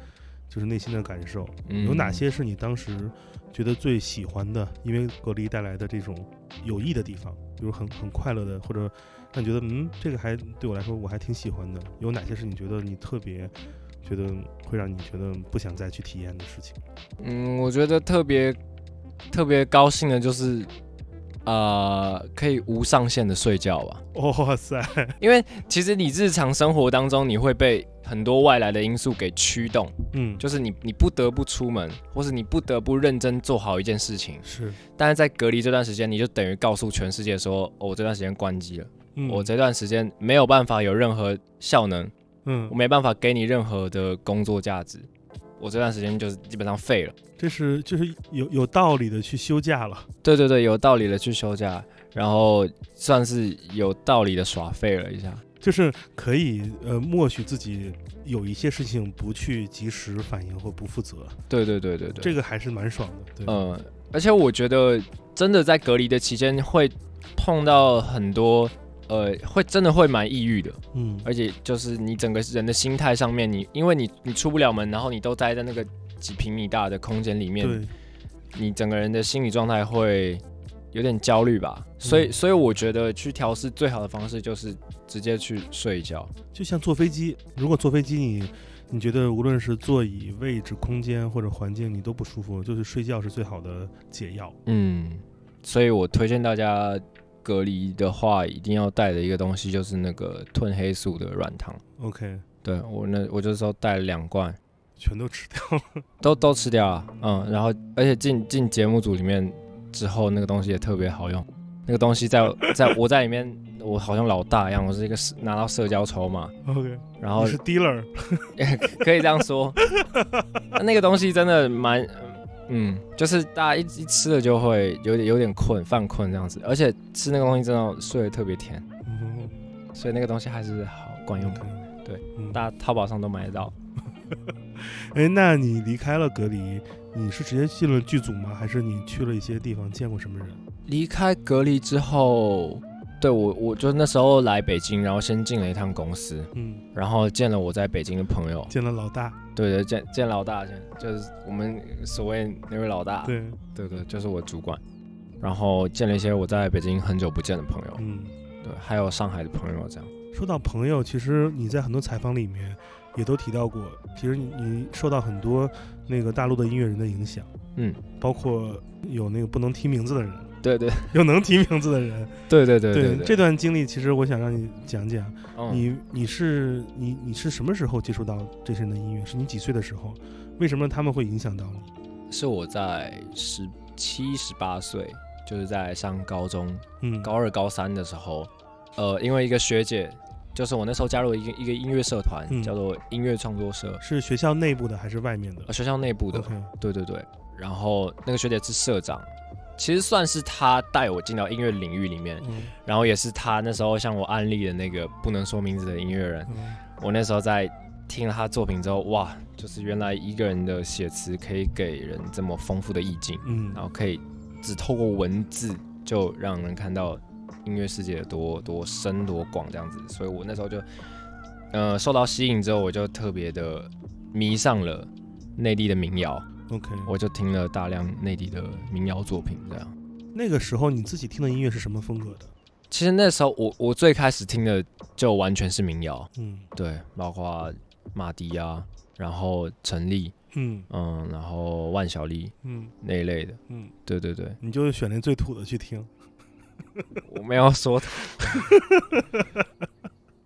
[SPEAKER 2] 就是内心的感受。
[SPEAKER 3] 嗯
[SPEAKER 2] 有哪些是你当时觉得最喜欢的？因为隔离带来的这种有益的地方，比如很很快乐的，或者让你觉得嗯，这个还对我来说我还挺喜欢的。有哪些是你觉得你特别觉得会让你觉得不想再去体验的事情？
[SPEAKER 3] 嗯，我觉得特别特别高兴的就是，呃，可以无上限的睡觉吧。
[SPEAKER 2] 哇塞，
[SPEAKER 3] 因为其实你日常生活当中，你会被很多外来的因素给驱动，
[SPEAKER 2] 嗯，
[SPEAKER 3] 就是你你不得不出门，或是你不得不认真做好一件事情。
[SPEAKER 2] 是，
[SPEAKER 3] 但是在隔离这段时间，你就等于告诉全世界说，哦，我这段时间关机了，
[SPEAKER 2] 嗯
[SPEAKER 3] 我这段时间没有办法有任何效能，
[SPEAKER 2] 嗯
[SPEAKER 3] 我，没办法给你任何的工作价值，我这段时间就是基本上废了。
[SPEAKER 2] 这是就是有有道理的去休假了。
[SPEAKER 3] 对对对，有道理的去休假，然后算是有道理的耍废了一下。
[SPEAKER 2] 就是可以呃默许自己有一些事情不去及时反应或不负责，
[SPEAKER 3] 对对对对对，
[SPEAKER 2] 这个还是蛮爽的。对，
[SPEAKER 3] 嗯，而且我觉得真的在隔离的期间会碰到很多，呃，会真的会蛮抑郁的，
[SPEAKER 2] 嗯
[SPEAKER 3] 而且就是你整个人的心态上面，你因为你你出不了门，然后你都待在那个几平米大的空间里面，
[SPEAKER 2] 对，
[SPEAKER 3] 你整个人的心理状态会有点焦虑吧。所
[SPEAKER 2] 嗯
[SPEAKER 3] 以，所以我觉得去调试最好的方式就是直接去睡觉。
[SPEAKER 2] 就像坐飞机，如果坐飞机你你觉得无论是座椅、位置、空间或者环境你都不舒服，就是睡觉是最好的解药。
[SPEAKER 3] 嗯，所以我推荐大家隔离的话，一定要带的一个东西就是那个褪黑素的软糖。
[SPEAKER 2] OK，
[SPEAKER 3] 对我那我这时候带了两罐，
[SPEAKER 2] 全都吃掉 [laughs] 了。
[SPEAKER 3] 都都吃掉了，嗯，然后而且进进节目组里面之后，那个东西也特别好用，那个东西在我在我在里面，我好像老大一样，我是一个社拿到社交筹码，
[SPEAKER 2] OK，
[SPEAKER 3] 然
[SPEAKER 2] 你
[SPEAKER 3] 后
[SPEAKER 2] 是 dealer，
[SPEAKER 3] 可以这样说， [laughs] 那个东西真的蛮，嗯，就是大家一一吃了就会有点有点困犯困这样子，而且吃那个东西真的睡得特别甜，
[SPEAKER 2] 嗯
[SPEAKER 3] 所以那个东西还是好管用的，对，
[SPEAKER 2] 嗯
[SPEAKER 3] 大家淘宝上都买得到。
[SPEAKER 2] 哎，那你离开了隔离，你是直接进了剧组吗？还是你去了一些地方见过什么人？
[SPEAKER 3] 离开隔离之后，对我我就那时候来北京，然后先进了一趟公司，
[SPEAKER 2] 嗯，
[SPEAKER 3] 然后见了我在北京的朋友，
[SPEAKER 2] 见了老大，
[SPEAKER 3] 对对，见见老大，见就是我们所谓那位老大，
[SPEAKER 2] 对，
[SPEAKER 3] 对对，就是我主管。然后见了一些我在北京很久不见的朋友，
[SPEAKER 2] 嗯。
[SPEAKER 3] 对，还有上海的朋友，这样。
[SPEAKER 2] 说到朋友，其实你在很多采访里面也都提到过，其实你你受到很多那个大陆的音乐人的影响，
[SPEAKER 3] 嗯，
[SPEAKER 2] 包括有那个不能提名字的人，
[SPEAKER 3] 对对
[SPEAKER 2] 有能提名字的人。
[SPEAKER 3] 对对对对
[SPEAKER 2] 这段经历，其实我想让你讲讲，
[SPEAKER 3] 嗯
[SPEAKER 2] 你你是你你是什么时候接触到这些人的音乐？是你几岁的时候？为什么他们会影响到你？
[SPEAKER 3] 是我在十七、十八岁，就是在上高中
[SPEAKER 2] 嗯，
[SPEAKER 3] 高二、高三的时候，呃，因为一个学姐，就是我那时候加入一个一个音乐社团，
[SPEAKER 2] 嗯
[SPEAKER 3] 叫做音乐创作社，
[SPEAKER 2] 是学校内部的还是外面的
[SPEAKER 3] 呃，？学校内部的
[SPEAKER 2] OK，
[SPEAKER 3] 对对对。然后那个学姐是社长，其实算是她带我进到音乐领域里面，
[SPEAKER 2] 嗯
[SPEAKER 3] 然后也是她那时候向我安利的那个不能说名字的音乐人。
[SPEAKER 2] 嗯
[SPEAKER 3] 我那时候在听了她作品之后，哇，就是原来一个人的写词可以给人这么丰富的意境。
[SPEAKER 2] 嗯
[SPEAKER 3] 然后呃可以只透过文字就让人看到音乐世界有多多深多广这样子，所以我那时候就呃受到吸引之后，我就特别的迷上了内地的民谣，
[SPEAKER 2] ，OK，
[SPEAKER 3] 我就听了大量内地的民谣作品这样。
[SPEAKER 2] 那个时候你自己听的音乐是什么风格的？
[SPEAKER 3] 其实那时候我我最开始听的就完全是民谣，
[SPEAKER 2] 嗯
[SPEAKER 3] 对，包括马迪啊，然后陈粒，
[SPEAKER 2] 嗯
[SPEAKER 3] 嗯，然后万晓利
[SPEAKER 2] 嗯
[SPEAKER 3] 那一类的，
[SPEAKER 2] 嗯，
[SPEAKER 3] 对对对，
[SPEAKER 2] 你就选那最土的去听，
[SPEAKER 3] 我没有说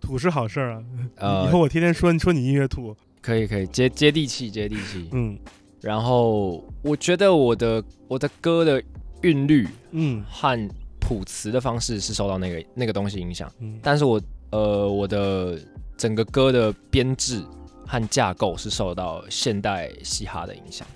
[SPEAKER 2] 土是好事儿啊。
[SPEAKER 3] 呃
[SPEAKER 2] 以后我天天说你说你音乐土，
[SPEAKER 3] 可以可以接接地气接地气。
[SPEAKER 2] 嗯
[SPEAKER 3] 然后我觉得我的我的歌的韵律
[SPEAKER 2] 嗯
[SPEAKER 3] 和谱词的方式是受到那个那个东西影响，
[SPEAKER 2] 嗯
[SPEAKER 3] 但是我呃我的整个歌的编制和架构是受到现代嘻哈的影响。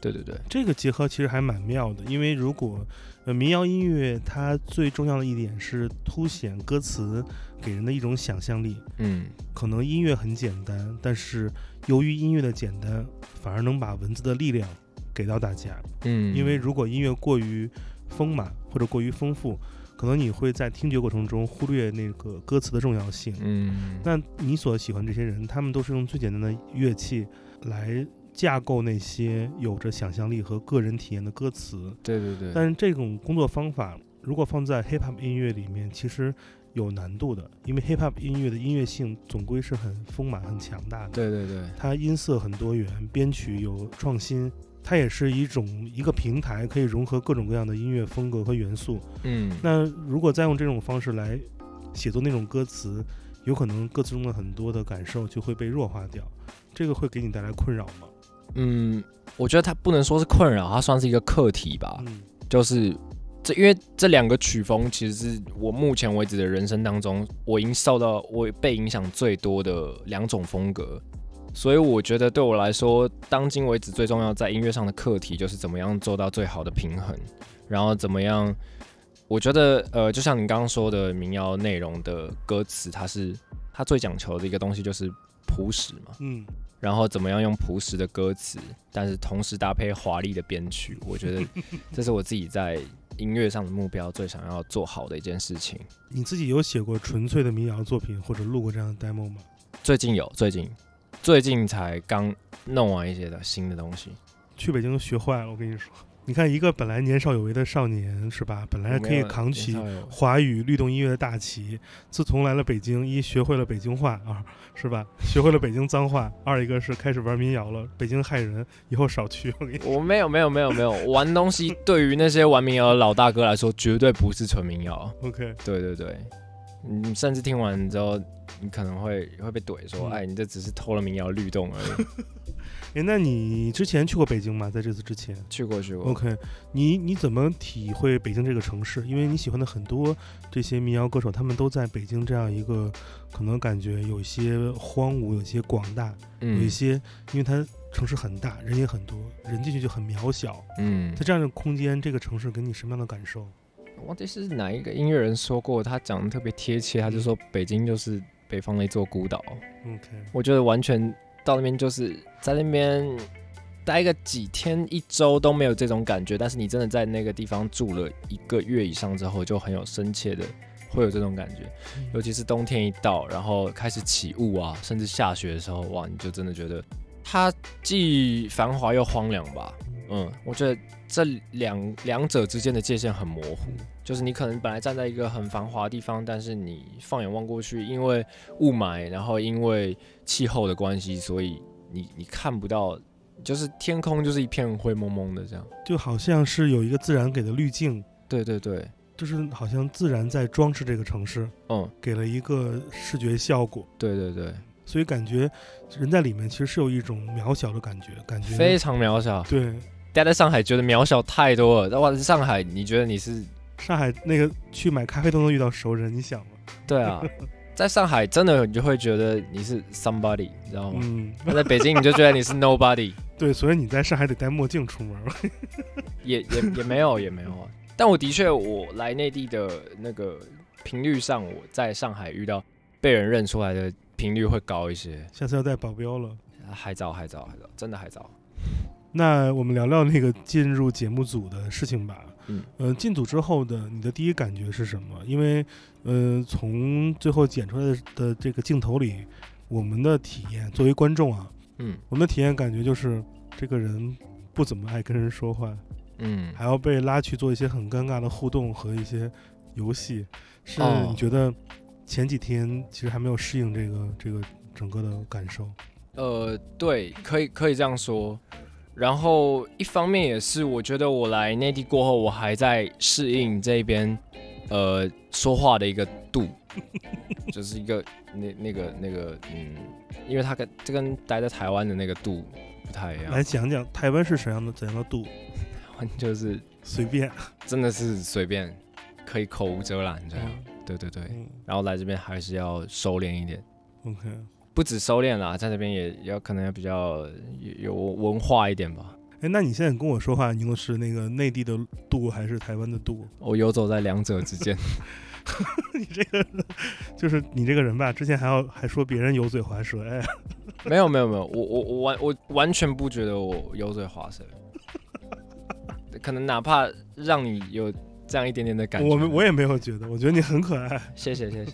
[SPEAKER 3] 对对对，
[SPEAKER 2] 这个结合其实还蛮妙的，因为如果呃民谣音乐它最重要的一点是凸显歌词给人的一种想象力。
[SPEAKER 3] 嗯，
[SPEAKER 2] 可能音乐很简单，但是由于音乐的简单，反而能把文字的力量给到大家。
[SPEAKER 3] 嗯，
[SPEAKER 2] 因为如果音乐过于丰满或者过于丰富，可能你会在听觉过程中忽略那个歌词的重要性。
[SPEAKER 3] 嗯，
[SPEAKER 2] 那你所喜欢这些人，他们都是用最简单的乐器来架构那些有着想象力和个人体验的歌词。
[SPEAKER 3] 对对对，
[SPEAKER 2] 但是这种工作方法，如果放在 hip hop 音乐里面，其实有难度的，因为 hip hop 音乐的音乐性总归是很丰满、很强大的。
[SPEAKER 3] 对对对，
[SPEAKER 2] 它音色很多元，编曲有创新，它也是一种一个平台，可以融合各种各样的音乐风格和元素。
[SPEAKER 3] 嗯，
[SPEAKER 2] 那如果再用这种方式来写作那种歌词，有可能歌词中的很多的感受就会被弱化掉，这个会给你带来困扰吗？
[SPEAKER 3] 嗯，我觉得它不能说是困扰，它算是一个课题吧。
[SPEAKER 2] 嗯
[SPEAKER 3] 就是这，因为这两个曲风其实是我目前为止的人生当中，我已经受到我被影响最多的两种风格，所以我觉得对我来说，当今为止最重要在音乐上的课题就是怎么样做到最好的平衡，然后怎么样。我觉得，呃，就像你刚刚说的，民谣内容的歌词，它是它最讲求的一个东西就是朴实嘛，
[SPEAKER 2] 嗯
[SPEAKER 3] 然后怎么样用朴实的歌词，但是同时搭配华丽的编曲，我觉得这是我自己在音乐上的目标最想要做好的一件事情。
[SPEAKER 2] 你自己有写过纯粹的民谣作品或者录过这样的 demo 吗？
[SPEAKER 3] 最近有，最近最近才刚弄完一些的新的东西，
[SPEAKER 2] 去北京都学坏了，我跟你说。你看，一个本来年少有为的少年是吧？本来可以扛起
[SPEAKER 3] 我没有我
[SPEAKER 2] 华语律动音乐的大旗，自从来了北京，一学会了北京话啊，是吧？学会了北京脏话。 [laughs] 二一个是开始玩民谣了，北京害人，以后少去。我跟你
[SPEAKER 3] 我没有没有没有没有玩东西，对于那些玩民谣的老大哥来说，绝对不是纯民谣。
[SPEAKER 2] [laughs] OK。
[SPEAKER 3] 对对对，你甚至听完之后，你可能会会被怼说，
[SPEAKER 2] 嗯
[SPEAKER 3] 哎，你这只是偷了民谣律动而已。
[SPEAKER 2] 哎，那你之前去过北京吗？在这次之前
[SPEAKER 3] 去过去过。
[SPEAKER 2] ，OK，你你怎么体会北京这个城市？因为你喜欢的很多这些民谣歌手，他们都在北京这样一个可能感觉有一些荒芜，有一些广大，有一
[SPEAKER 3] 嗯
[SPEAKER 2] 些，因为它城市很大，人也很多，人进去就很渺小。
[SPEAKER 3] 嗯
[SPEAKER 2] 在，这样的空间，这个城市给你什么样的感受？
[SPEAKER 3] 我忘记是哪一个音乐人说过，他讲的特别贴切，他就说北京就是北方的一座孤岛。
[SPEAKER 2] OK，
[SPEAKER 3] 我觉得完全到那边就是在那边待个几天一周都没有这种感觉，但是你真的在那个地方住了一个月以上之后，就很有深切的会有这种感觉，尤其是冬天一到，然后开始起雾啊，甚至下雪的时候，哇，你就真的觉得它既繁华又荒凉吧。嗯，我觉得这两两者之间的界限很模糊，就是你可能本来站在一个很繁华的地方，但是你放眼望过去，因为雾霾，然后因为气候的关系，所以你你看不到，就是天空就是一片灰蒙蒙的这样。
[SPEAKER 2] 就好像是有一个自然给的滤镜，
[SPEAKER 3] 对对对，
[SPEAKER 2] 就是好像自然在装饰这个城市，
[SPEAKER 3] 嗯，
[SPEAKER 2] 给了一个视觉效果，
[SPEAKER 3] 对对对，
[SPEAKER 2] 所以感觉人在里面其实是有一种渺小的感觉，感觉
[SPEAKER 3] 非常渺小。
[SPEAKER 2] 对。
[SPEAKER 3] 待在上海觉得渺小太多了，但哇，上海你觉得你是
[SPEAKER 2] 上海那个去买咖啡都能遇到熟人，你想吗？
[SPEAKER 3] 对啊，在上海真的你就会觉得你是 somebody，你知道吗？
[SPEAKER 2] 嗯，
[SPEAKER 3] 那在北京你就觉得你是 nobody，
[SPEAKER 2] 对，所以你在上海得戴墨镜出门。
[SPEAKER 3] 也也也没有也没有啊。但我的确，我来内地的那个频率上，我在上海遇到被人认出来的频率会高一些。
[SPEAKER 2] 下次要带保镖了。
[SPEAKER 3] 啊还早还早还早，真的还早。
[SPEAKER 2] 那我们聊聊那个进入节目组的事情吧。
[SPEAKER 3] 嗯，
[SPEAKER 2] 呃，进组之后的你的第一感觉是什么？因为，呃，从最后剪出来的的这个镜头里，我们的体验作为观众啊，
[SPEAKER 3] 嗯
[SPEAKER 2] 我们的体验感觉就是这个人不怎么爱跟人说话，
[SPEAKER 3] 嗯，
[SPEAKER 2] 还要被拉去做一些很尴尬的互动和一些游戏。是
[SPEAKER 3] 哦
[SPEAKER 2] 你觉得前几天其实还没有适应这个这个整个的感受？
[SPEAKER 3] 呃，对，可以可以这样说。然后一方面也是，我觉得我来内地过后，我还在适应这边，呃，说话的一个度， [laughs] 就是一个那那个那个，嗯，因为他跟这跟待在台湾的那个度不太一样
[SPEAKER 2] 来，讲讲台湾是怎样的怎样的度？
[SPEAKER 3] 就是
[SPEAKER 2] 随便，
[SPEAKER 3] 真的是随便可以口无遮拦这样。对啊对对，
[SPEAKER 2] 嗯
[SPEAKER 3] 然后来这边还是要收敛一点。
[SPEAKER 2] ，OK，
[SPEAKER 3] 不止收敛啦，在这边也要可能要比较有有文化一点吧。
[SPEAKER 2] 哎，那你现在跟我说话，你用的是那个内地的度还是台湾的度？ [laughs]
[SPEAKER 3] 我游走在两者之间。
[SPEAKER 2] 你这个就是你这个人吧，之前还要还说别人油嘴滑舌，哎，
[SPEAKER 3] 没有没有没有，我我我完我完全不觉得我油嘴滑舌，可能哪怕让你有这样一点点的感觉，
[SPEAKER 2] 我们我也没有觉得，我觉得你很可爱。
[SPEAKER 3] 谢
[SPEAKER 2] [laughs]
[SPEAKER 3] 谢谢谢。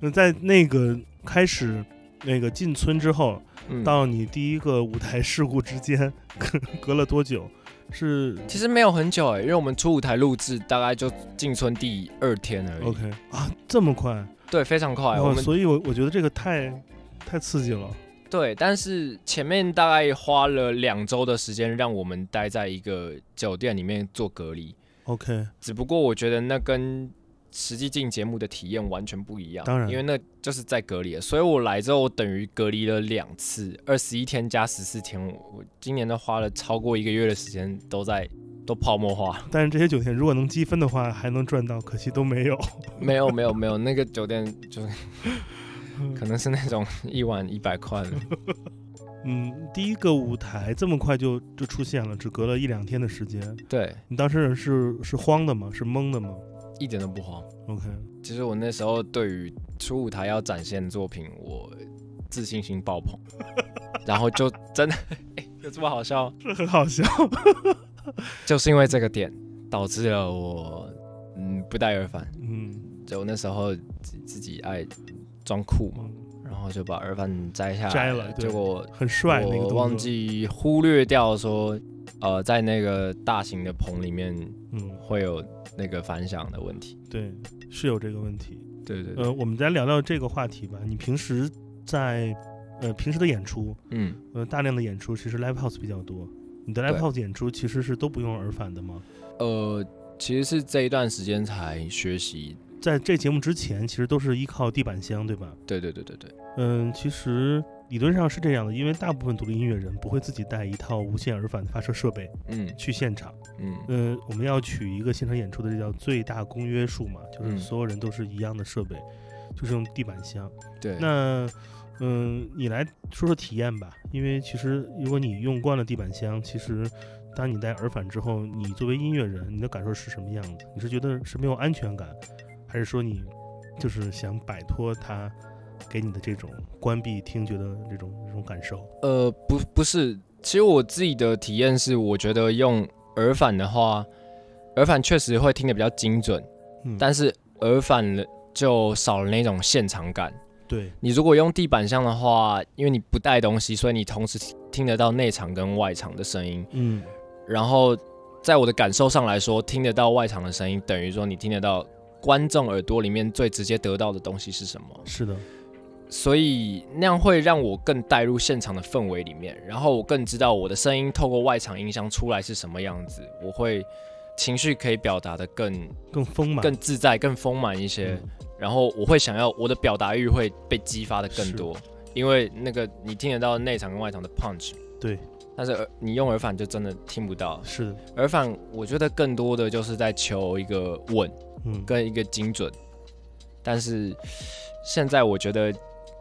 [SPEAKER 2] 那在那个开始那个进村之后，
[SPEAKER 3] 嗯，
[SPEAKER 2] 到你第一个舞台事故之间，隔隔了多久？是
[SPEAKER 3] 其实没有很久哎、因为我们出舞台录制大概就进村第二天而已。
[SPEAKER 2] OK 啊，这么快？
[SPEAKER 3] 对，非常快。我
[SPEAKER 2] 哦，
[SPEAKER 3] 们
[SPEAKER 2] 所以我我觉得这个太太刺激了。
[SPEAKER 3] 对，但是前面大概花了两周的时间，让我们待在一个酒店里面做隔离。
[SPEAKER 2] OK，
[SPEAKER 3] 只不过我觉得那跟实际进节目的体验完全不一样，
[SPEAKER 2] 当然
[SPEAKER 3] 因为那就是在隔离了，所以我来之后我等于隔离了两次，二十一天加十四天，我我今年都花了超过一个月的时间都在都泡沫化，
[SPEAKER 2] 但是这些酒店如果能积分的话，还能赚到，可惜都没有。
[SPEAKER 3] 没有没有没有，那个酒店就是可能是那种一晚一百块的，
[SPEAKER 2] 嗯，第一个舞台这么快就就出现了，只隔了一两天的时间。
[SPEAKER 3] 对，
[SPEAKER 2] 你当时是是慌的吗？是懵的吗
[SPEAKER 3] 一点都不慌。
[SPEAKER 2] ？OK，
[SPEAKER 3] 其实我那时候对于出舞台要展现作品，我自信心爆棚，然后就真的、 [laughs] 哎有这么好笑吗？
[SPEAKER 2] 这很好笑。
[SPEAKER 3] 就是因为这个点，导致了我嗯不带而返。
[SPEAKER 2] 嗯，
[SPEAKER 3] 就我那时候自自己爱装酷嘛，
[SPEAKER 2] 嗯
[SPEAKER 3] 然后就把耳返摘下来
[SPEAKER 2] 摘了对
[SPEAKER 3] 结果
[SPEAKER 2] 很帅那个动
[SPEAKER 3] 我
[SPEAKER 2] 作。
[SPEAKER 3] 忘记忽略掉说，呃，在那个大型的棚里面
[SPEAKER 2] 嗯，
[SPEAKER 3] 会有那个反响的问题。
[SPEAKER 2] 对，是有这个问题。
[SPEAKER 3] 对对对，
[SPEAKER 2] 呃，我们再聊聊这个话题吧。你平时在呃平时的演出，
[SPEAKER 3] 嗯，
[SPEAKER 2] 呃大量的演出其实 live house 比较多。你的 live
[SPEAKER 3] 对
[SPEAKER 2] house 演出其实是都不用耳返的吗？
[SPEAKER 3] 呃，其实是这一段时间才学习。
[SPEAKER 2] 在这节目之前，其实都是依靠地板箱，对吧？
[SPEAKER 3] 对对对对对，
[SPEAKER 2] 嗯，其实理论上是这样的，因为大部分独立音乐人不会自己带一套无线耳返发射设备
[SPEAKER 3] 嗯
[SPEAKER 2] 去现场。
[SPEAKER 3] 嗯
[SPEAKER 2] 嗯，我们要取一个现场演出的这叫最大公约数嘛，就是
[SPEAKER 3] 嗯
[SPEAKER 2] 所有人都是一样的设备，就是用地板箱。
[SPEAKER 3] 对。
[SPEAKER 2] 那嗯，你来说说体验吧，因为其实如果你用惯了地板箱，其实当你戴耳返之后，你作为音乐人，你的感受是什么样的？你是觉得是没有安全感，还是说你就是想摆脱它给你的这种关闭听觉的这种这种感受？
[SPEAKER 3] 呃，不，不是。其实我自己的体验是，我觉得用耳返的话，耳返确实会听得比较精准，
[SPEAKER 2] 嗯，
[SPEAKER 3] 但是耳返了就少了那种现场感。
[SPEAKER 2] 对，
[SPEAKER 3] 你如果用地板箱的话，因为你不带东西，所以你同时听得到内场跟外场的声音。
[SPEAKER 2] 嗯，
[SPEAKER 3] 然后，在我的感受上来说，听得到外场的声音，等于说你听得到观众耳朵里面最直接得到的东西是什么。
[SPEAKER 2] 是的，
[SPEAKER 3] 所以那样会让我更带入现场的氛围里面，然后我更知道我的声音透过外场音箱出来是什么样子，我会情绪可以表达的更
[SPEAKER 2] 更丰满，
[SPEAKER 3] 更自在、更丰满一些，然后我会想要我的表达欲会被激发的更多，因为那个你听得到内场跟外场的 punch，
[SPEAKER 2] 对，
[SPEAKER 3] 但是耳你用耳返就真的听不到，
[SPEAKER 2] 是的，
[SPEAKER 3] 耳返我觉得更多的就是在求一个稳，
[SPEAKER 2] 嗯，
[SPEAKER 3] 跟一个精准。但是现在我觉得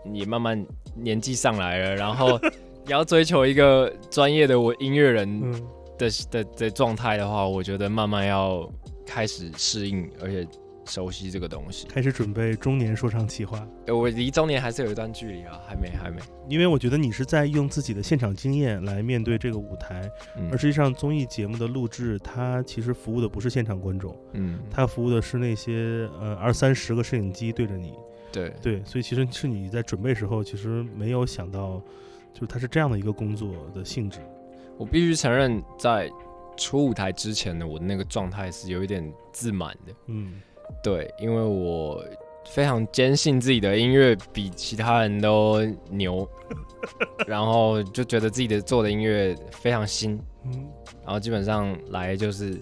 [SPEAKER 3] 你慢慢年纪上来了，然后你要追求一个专业的我音乐人
[SPEAKER 2] 嗯，
[SPEAKER 3] 的的的状态的话，我觉得慢慢要开始适应，而且熟悉这个东西。
[SPEAKER 2] 开始准备中年说唱企划。
[SPEAKER 3] 呃我离中年还是有一段距离啊，还没还没。
[SPEAKER 2] 因为我觉得你是在用自己的现场经验来面对这个舞台，
[SPEAKER 3] 嗯
[SPEAKER 2] 而实际上综艺节目的录制，它其实服务的不是现场观众，
[SPEAKER 3] 嗯，
[SPEAKER 2] 它服务的是那些呃二三十个摄影机对着你，
[SPEAKER 3] 对
[SPEAKER 2] 对，所以其实是你在准备时候其实没有想到，就是它是这样的一个工作的性质，
[SPEAKER 3] 我必须承认，在出舞台之前的我的那个状态是有一点自满的。
[SPEAKER 2] 嗯，
[SPEAKER 3] 对，因为我非常坚信自己的音乐比其他人都牛，然后就觉得自己的做的音乐非常新，
[SPEAKER 2] 嗯，
[SPEAKER 3] 然后基本上来就是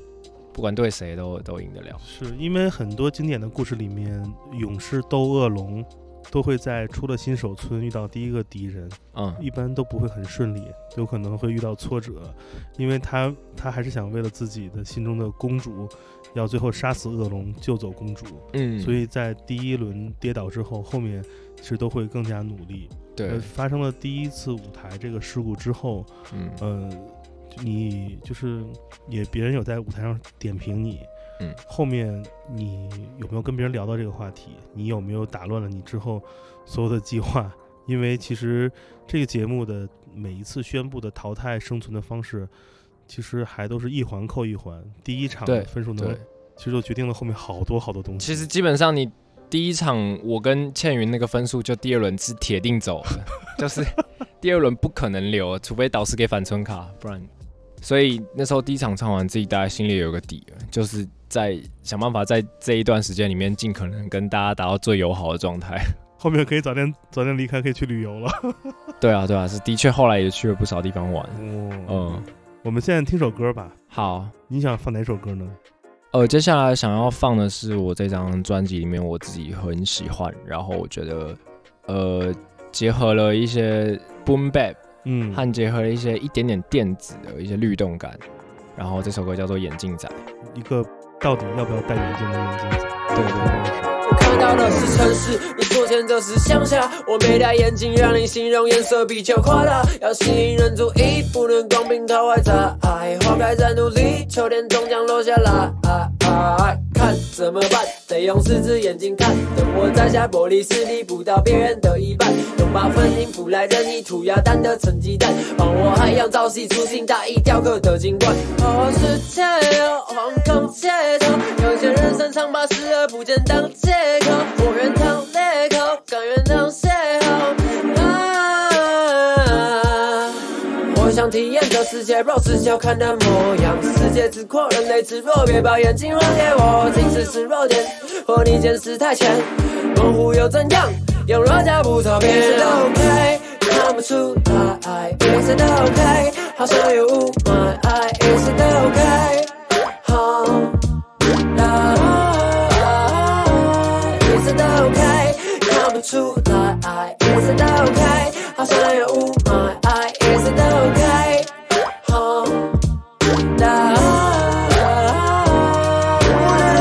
[SPEAKER 3] 不管对谁都都赢得了。
[SPEAKER 2] 是因为很多经典的故事里面，勇士斗恶龙都会在出了新手村遇到第一个敌人，
[SPEAKER 3] 嗯，
[SPEAKER 2] 一般都不会很顺利，有可能会遇到挫折，因为他他还是想为了自己的心中的公主，要最后杀死恶龙救走公主，
[SPEAKER 3] 嗯，
[SPEAKER 2] 所以在第一轮跌倒之后，后面其实都会更加努力。
[SPEAKER 3] 嗯对
[SPEAKER 2] 呃，发生了第一次舞台这个事故之后，
[SPEAKER 3] 嗯
[SPEAKER 2] 呃，就你就是也别人有在舞台上点评你，
[SPEAKER 3] 嗯，
[SPEAKER 2] 后面你有没有跟别人聊到这个话题？你有没有打乱了你之后所有的计划？因为其实这个节目的每一次宣布的淘汰生存的方式，其实还都是一环扣一环。第一场
[SPEAKER 3] 对
[SPEAKER 2] 分数能
[SPEAKER 3] 对，
[SPEAKER 2] 其实就决定了后面好多好多东西。
[SPEAKER 3] 其实基本上你第一场我跟倩云那个分数就第二轮是铁定走了，就是第二轮不可能留，除非导师给反村卡，不然。所以那时候第一场唱完，自己大概心里有个底了，就是在想办法在这一段时间里面尽可能跟大家达到最友好的状态。
[SPEAKER 2] 后面可以早点早点离开，可以去旅游了。
[SPEAKER 3] 对啊，对啊，是的确后来也去了不少地方玩。嗯，
[SPEAKER 2] 我们现在听首歌吧。
[SPEAKER 3] 好，
[SPEAKER 2] 你想放哪首歌呢？
[SPEAKER 3] 呃，接下来想要放的是我这张专辑里面我自己很喜欢，然后我觉得，呃，结合了一些 boom bap
[SPEAKER 2] 嗯，
[SPEAKER 3] 和结合了一些一点点电子的一些律动感，然后这首歌叫做《眼镜仔》。
[SPEAKER 2] 一个到底要不要戴眼镜的眼镜？
[SPEAKER 3] 对对对。
[SPEAKER 9] 我看到的是城市，你昨天这是乡下。我没戴眼镜，让你形容颜色比较夸大。要吸引人注意，不能光凭头外在。花开在努力，秋天终将落下来。看怎么办？得用四只眼睛看。等我摘下玻璃，视力补到别人的一半。用八分音符来任意涂鸦蛋的成绩单。帮我还要造戏，粗心大意雕刻的金冠。我是切哦，惶恐街头，有些人擅长把视而不见当借口。我愿当猎口，甘愿当邂逅。啊！我想体验这世界肉吃小看的模样，世界之阔，人类之弱，别把眼睛还给我，近视是弱点，和你见识太浅，模糊又怎样？用弱加不错，别人都 OK，看不出来，别人都 OK，好像有雾霾，别人都 OK，好。一直都 OK，看不出来，一直都 OK，好像有雾霾，一直都 OK，好的。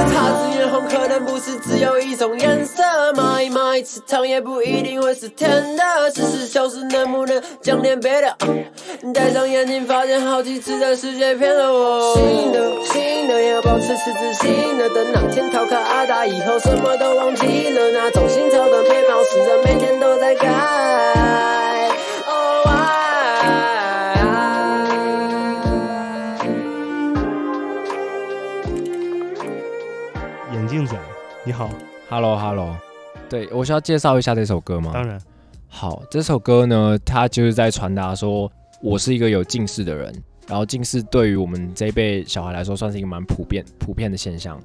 [SPEAKER 9] 他只眼红可能不是只有一种颜色，买买吃是糖也不一定会是甜的。二十四小时能不能讲点别的？戴上眼镜发现好几次的世界骗了我。新的新的要保持赤子心的，等哪天逃开阿达以后什么都忘记了。那种新潮的面貌，使人每天都在改。Oh, I-
[SPEAKER 2] 眼镜仔，你好，
[SPEAKER 3] Hello Hello，对我需要介绍一下这首歌吗？
[SPEAKER 2] 当然，
[SPEAKER 3] 好，这首歌呢，它就是在传达说我是一个有近视的人，然后近视对于我们这一辈小孩来说，算是一个蛮普遍普遍的现象。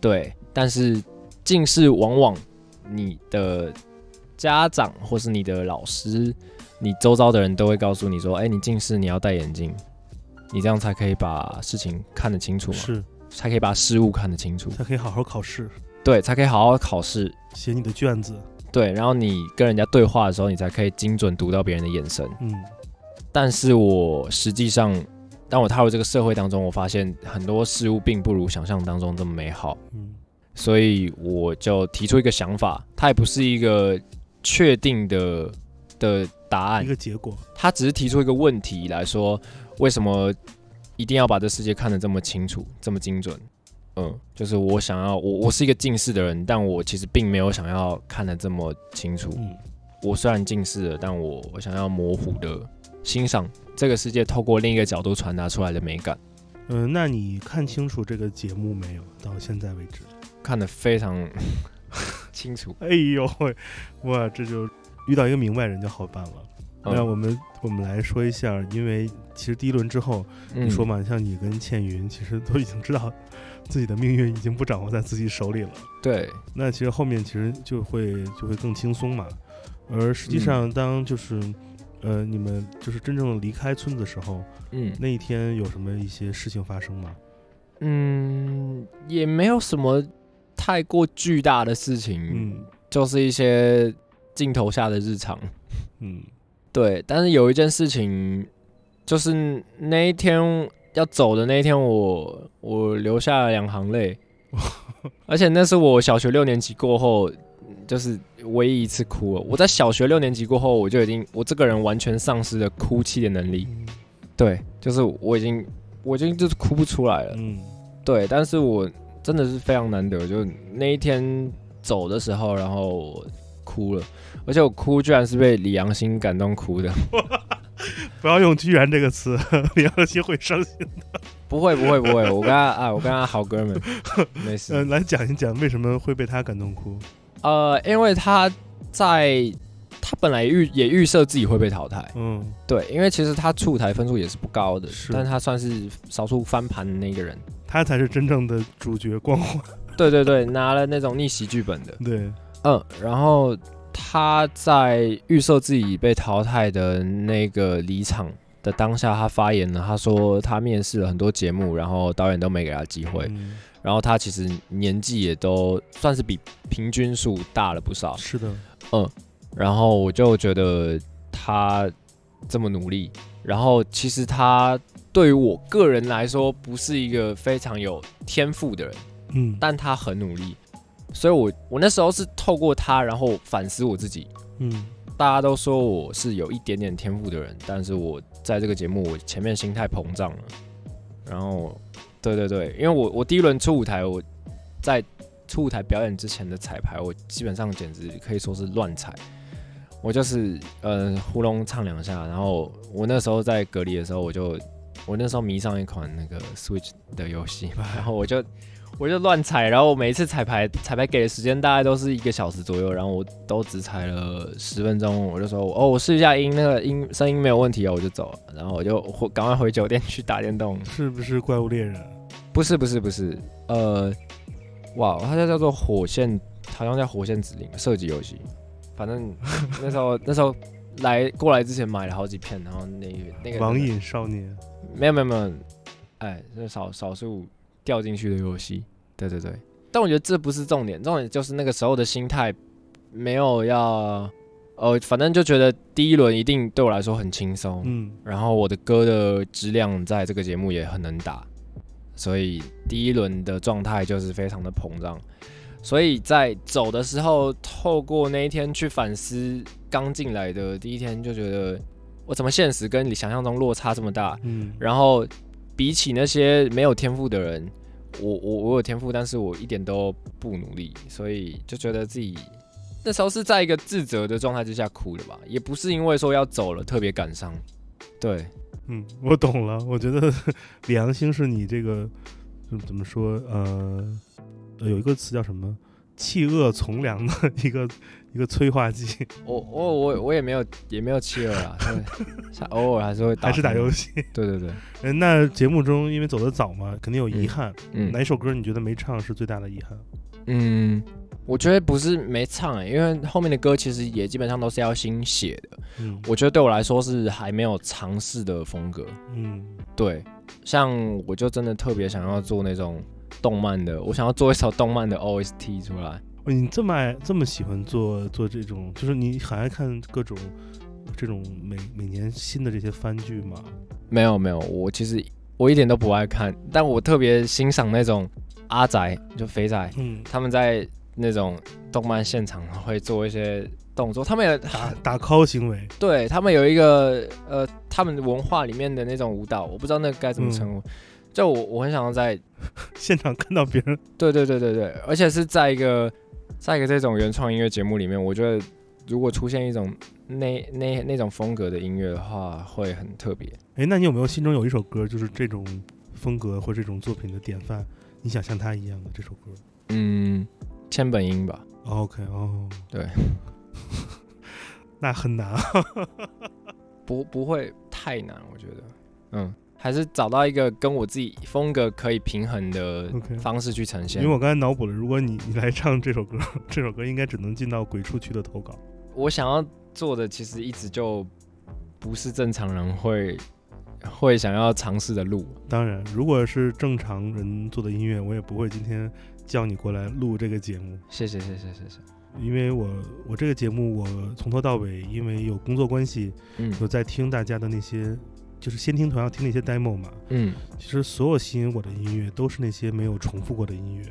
[SPEAKER 3] 对，但是近视往往你的家长或是你的老师，你周遭的人都会告诉你说，哎、你近视，你要戴眼镜，你这样才可以把事情看得清楚嘛，
[SPEAKER 2] 是
[SPEAKER 3] 才可以把事物看得清楚，
[SPEAKER 2] 才可以好好考试，
[SPEAKER 3] 对，才可以好好考试，
[SPEAKER 2] 写你的卷子。
[SPEAKER 3] 对，然后你跟人家对话的时候，你才可以精准读到别人的眼神。
[SPEAKER 2] 嗯，
[SPEAKER 3] 但是我实际上，当我踏入这个社会当中，我发现很多事物并不如想象当中这么美好，
[SPEAKER 2] 嗯，
[SPEAKER 3] 所以我就提出一个想法，它也不是一个确定的的答案
[SPEAKER 2] 一，个结果，
[SPEAKER 3] 他只是提出一个问题来说，为什么一定要把这世界看得这么清楚、这么精准？嗯，就是我想要，我我是一个近视的人，但我其实并没有想要看得这么清楚。
[SPEAKER 2] 嗯，
[SPEAKER 3] 我虽然近视了，但我我想要模糊的欣赏这个世界，透过另一个角度传达出来的美感，
[SPEAKER 2] 呃，那你看清楚这个节目没有？到现在为止，
[SPEAKER 3] 看得非常 [laughs] 清楚。
[SPEAKER 2] 哎呦喂， [laughs] 哇，这就遇到一个明白人就好办了。
[SPEAKER 3] 嗯
[SPEAKER 2] 那我们我们来说一下，因为其实第一轮之后，
[SPEAKER 3] 嗯
[SPEAKER 2] 你说？嘛，像你跟倩云，其实都已经知道自己的命运已经不掌握在自己手里了。
[SPEAKER 3] 对，
[SPEAKER 2] 那其实后面其实就会就会更轻松嘛。而实际
[SPEAKER 3] 嗯
[SPEAKER 2] 上，当就是、呃你们就是真正离开村子的时候，
[SPEAKER 3] 嗯
[SPEAKER 2] 那一天有什么一些事情发生吗？
[SPEAKER 3] 嗯，也没有什么太过巨大的事情。
[SPEAKER 2] 嗯
[SPEAKER 3] 就是一些镜头下的日常。
[SPEAKER 2] 嗯
[SPEAKER 3] 对，但是有一件事情，就是那一天要走的那一天我，我流下了两行泪，而且那是我小学六年级过后，就是唯一一次哭了。我在小学六年级过后，我就已经我这个人完全丧失了哭泣的能力。
[SPEAKER 2] 嗯
[SPEAKER 3] 对，就是我已经我已经就是哭不出来了。
[SPEAKER 2] 嗯
[SPEAKER 3] 对，但是我真的是非常难得，就那一天走的时候，然后我哭了，而且我哭居然是被李阳新感动哭的。 [laughs]
[SPEAKER 2] 不要用“居然”这个词， [laughs] 李耀新会伤
[SPEAKER 3] 嗯
[SPEAKER 2] 心。
[SPEAKER 3] 不会不会不会，我跟他啊，我跟他好哥们，没
[SPEAKER 2] 呃，
[SPEAKER 3] 事。
[SPEAKER 2] 来讲一讲为什么会被他感动哭。
[SPEAKER 3] 呃，因为他在他本来预也预设自己会被淘汰，
[SPEAKER 2] 嗯
[SPEAKER 3] 对，因为其实他触台分数也是不高的，
[SPEAKER 2] 是
[SPEAKER 3] 但他算是少数翻盘的那个人。
[SPEAKER 2] 他才是真正的主角光
[SPEAKER 3] [laughs]
[SPEAKER 2] 环。
[SPEAKER 3] 对对对，拿了那种逆袭剧本的。
[SPEAKER 2] 对，
[SPEAKER 3] 嗯，然后他在预设自己被淘汰的那个离场的当下，他发言了，他说他面试了很多节目，然后导演都没给他机会，
[SPEAKER 2] 嗯
[SPEAKER 3] 然后他其实年纪也都算是比平均数大了不少，
[SPEAKER 2] 是的，
[SPEAKER 3] 然后我就觉得他这么努力，然后其实他对于我个人来说不是一个非常有天赋的人，
[SPEAKER 2] 嗯，
[SPEAKER 3] 但他很努力，所以我我那时候是透过他，然后反思我自己。
[SPEAKER 2] 嗯
[SPEAKER 3] 大家都说我是有一点点天赋的人，但是我在这个节目，我前面心态膨胀了，然后，对对对，因为我我第一轮出舞台，我在出舞台表演之前的彩排，我基本上简直可以说是乱彩，我就是呃呼隆唱两下，然后我那时候在隔离的时候，我就我那时候迷上一款那个 Switch 的游戏嘛，然后我就我就乱踩，然后我每一次彩排彩排给的时间大概都是一个小时左右，然后我都只踩了十分钟，我就说哦我试一下音，那个音声音没有问题哦，我就走了，然后我就回赶快回酒店去打电动。
[SPEAKER 2] 嗯是不是怪物猎人？
[SPEAKER 3] 不是不是不是，呃，哇，它叫叫做火线，好像叫火线指令射击游戏。反正那时候 [laughs] 那时候来过来之前买了好几片，然后那个那个
[SPEAKER 2] 网瘾少年。
[SPEAKER 3] 没有没有没有，哎，那少少数掉进去的游戏。对对对，但我觉得这不是重点，重点就是那个时候的心态没有要，呃，反正就觉得第一轮一定对我来说很轻松，
[SPEAKER 2] 嗯
[SPEAKER 3] 然后我的歌的质量在这个节目也很能打，所以第一轮的状态就是非常的膨胀。所以在走的时候，透过那一天去反思刚进来的第一天，就觉得我怎么现实跟你想象中落差这么大？
[SPEAKER 2] 嗯，
[SPEAKER 3] 然后比起那些没有天赋的人，我我我有天赋，但是我一点都不努力，所以就觉得自己那时候是在一个自责的状态之下哭的吧，也不是因为说要走了特别感伤，对，
[SPEAKER 2] 嗯，我懂了。我觉得 [laughs] 良心是你这个怎么怎么说？呃，呃有一个词叫什么？弃恶从良的 [laughs] 一个一个催化剂，
[SPEAKER 3] 我我我我也没有也没有气了
[SPEAKER 2] [laughs]
[SPEAKER 3] 啦，对偶尔还是会打，
[SPEAKER 2] 还是打游
[SPEAKER 3] 戏，
[SPEAKER 2] 戏。 [laughs]
[SPEAKER 3] 对对对，
[SPEAKER 2] 哎，那节目中因为走的早嘛，肯定有遗
[SPEAKER 3] 嗯
[SPEAKER 2] 憾。
[SPEAKER 3] 嗯
[SPEAKER 2] 哪首歌你觉得没唱是最大的遗憾？
[SPEAKER 3] 嗯。我觉得不是没唱、欸，因为后面的歌其实也基本上都是要新写的。
[SPEAKER 2] 嗯
[SPEAKER 3] 我觉得对我来说是还没有尝试的风格，
[SPEAKER 2] 嗯
[SPEAKER 3] 对，像我就真的特别想要做那种动漫的，我想要做一首动漫的 OST 出来。
[SPEAKER 2] 哦，你这么爱这么喜欢做做这种，就是你很爱看各种这种每每年新的这些番剧嘛？
[SPEAKER 3] 没有没有，我其实我一点都不爱看，但我特别欣赏那种阿宅，就肥宅，
[SPEAKER 2] 嗯，
[SPEAKER 3] 他们在那种动漫现场会做一些动作，他们有
[SPEAKER 2] 打打 call 行为， [laughs]
[SPEAKER 3] 对他们有一个呃，他们文化里面的那种舞蹈，我不知道那个该怎么称呼。就我我很想要在
[SPEAKER 2] 现场看到别人，
[SPEAKER 3] 对对对对对，而且是在一个在一个这种原创音乐节目里面，我觉得如果出现一种那那那种风格的音乐的话，会很特别。
[SPEAKER 2] 哎，那你有没有心中有一首歌，就是这种风格或这种作品的典范？你想像他一样的这首歌
[SPEAKER 3] 嗯，千本樱吧，
[SPEAKER 2] 哦？OK，哦，
[SPEAKER 3] 对，
[SPEAKER 2] [laughs] 那很难啊。
[SPEAKER 3] 不不会太难，我觉得，嗯，还是找到一个跟我自己风格可以平衡的
[SPEAKER 2] OK
[SPEAKER 3] 方式去
[SPEAKER 2] 嗯
[SPEAKER 3] 呈
[SPEAKER 2] 因
[SPEAKER 3] 现。
[SPEAKER 2] 为我刚才脑补了，如果你你来唱这首歌，这首歌应该只能进到鬼畜区的投稿。
[SPEAKER 3] 我想要做的其实一直就不是正常人会会想要尝试的路。
[SPEAKER 2] 当然，如果是正常人做的音乐，我也不会今天叫你过来录这个节目，
[SPEAKER 3] 谢谢谢谢谢谢，
[SPEAKER 2] 因为我我这个节目我从头到尾，因为有工作关系，
[SPEAKER 3] 嗯
[SPEAKER 2] 有在听大家的那些，就是先听团要听那些 demo 嘛。
[SPEAKER 3] 嗯
[SPEAKER 2] 其实所有吸引我的音乐都是那些没有重复过的音乐，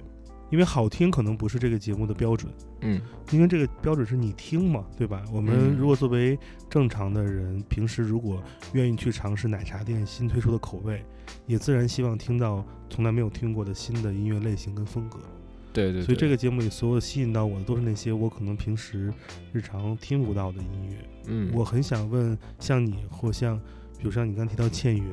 [SPEAKER 2] 因为好听可能不是这个节目的标准，
[SPEAKER 3] 嗯
[SPEAKER 2] 因为这个标准是你听嘛，对吧？我们
[SPEAKER 3] 嗯
[SPEAKER 2] 如果作为正常的人，平时如果愿意去尝试奶茶店新推出的口味，也自然希望听到从来没有听过的新的音乐类型跟风格。
[SPEAKER 3] 对对对，
[SPEAKER 2] 所以这个节目里所有吸引到我的都是那些我可能平时日常听不到的音乐。
[SPEAKER 3] 嗯
[SPEAKER 2] 我很想问，像你或像，比如像你刚提到倩云，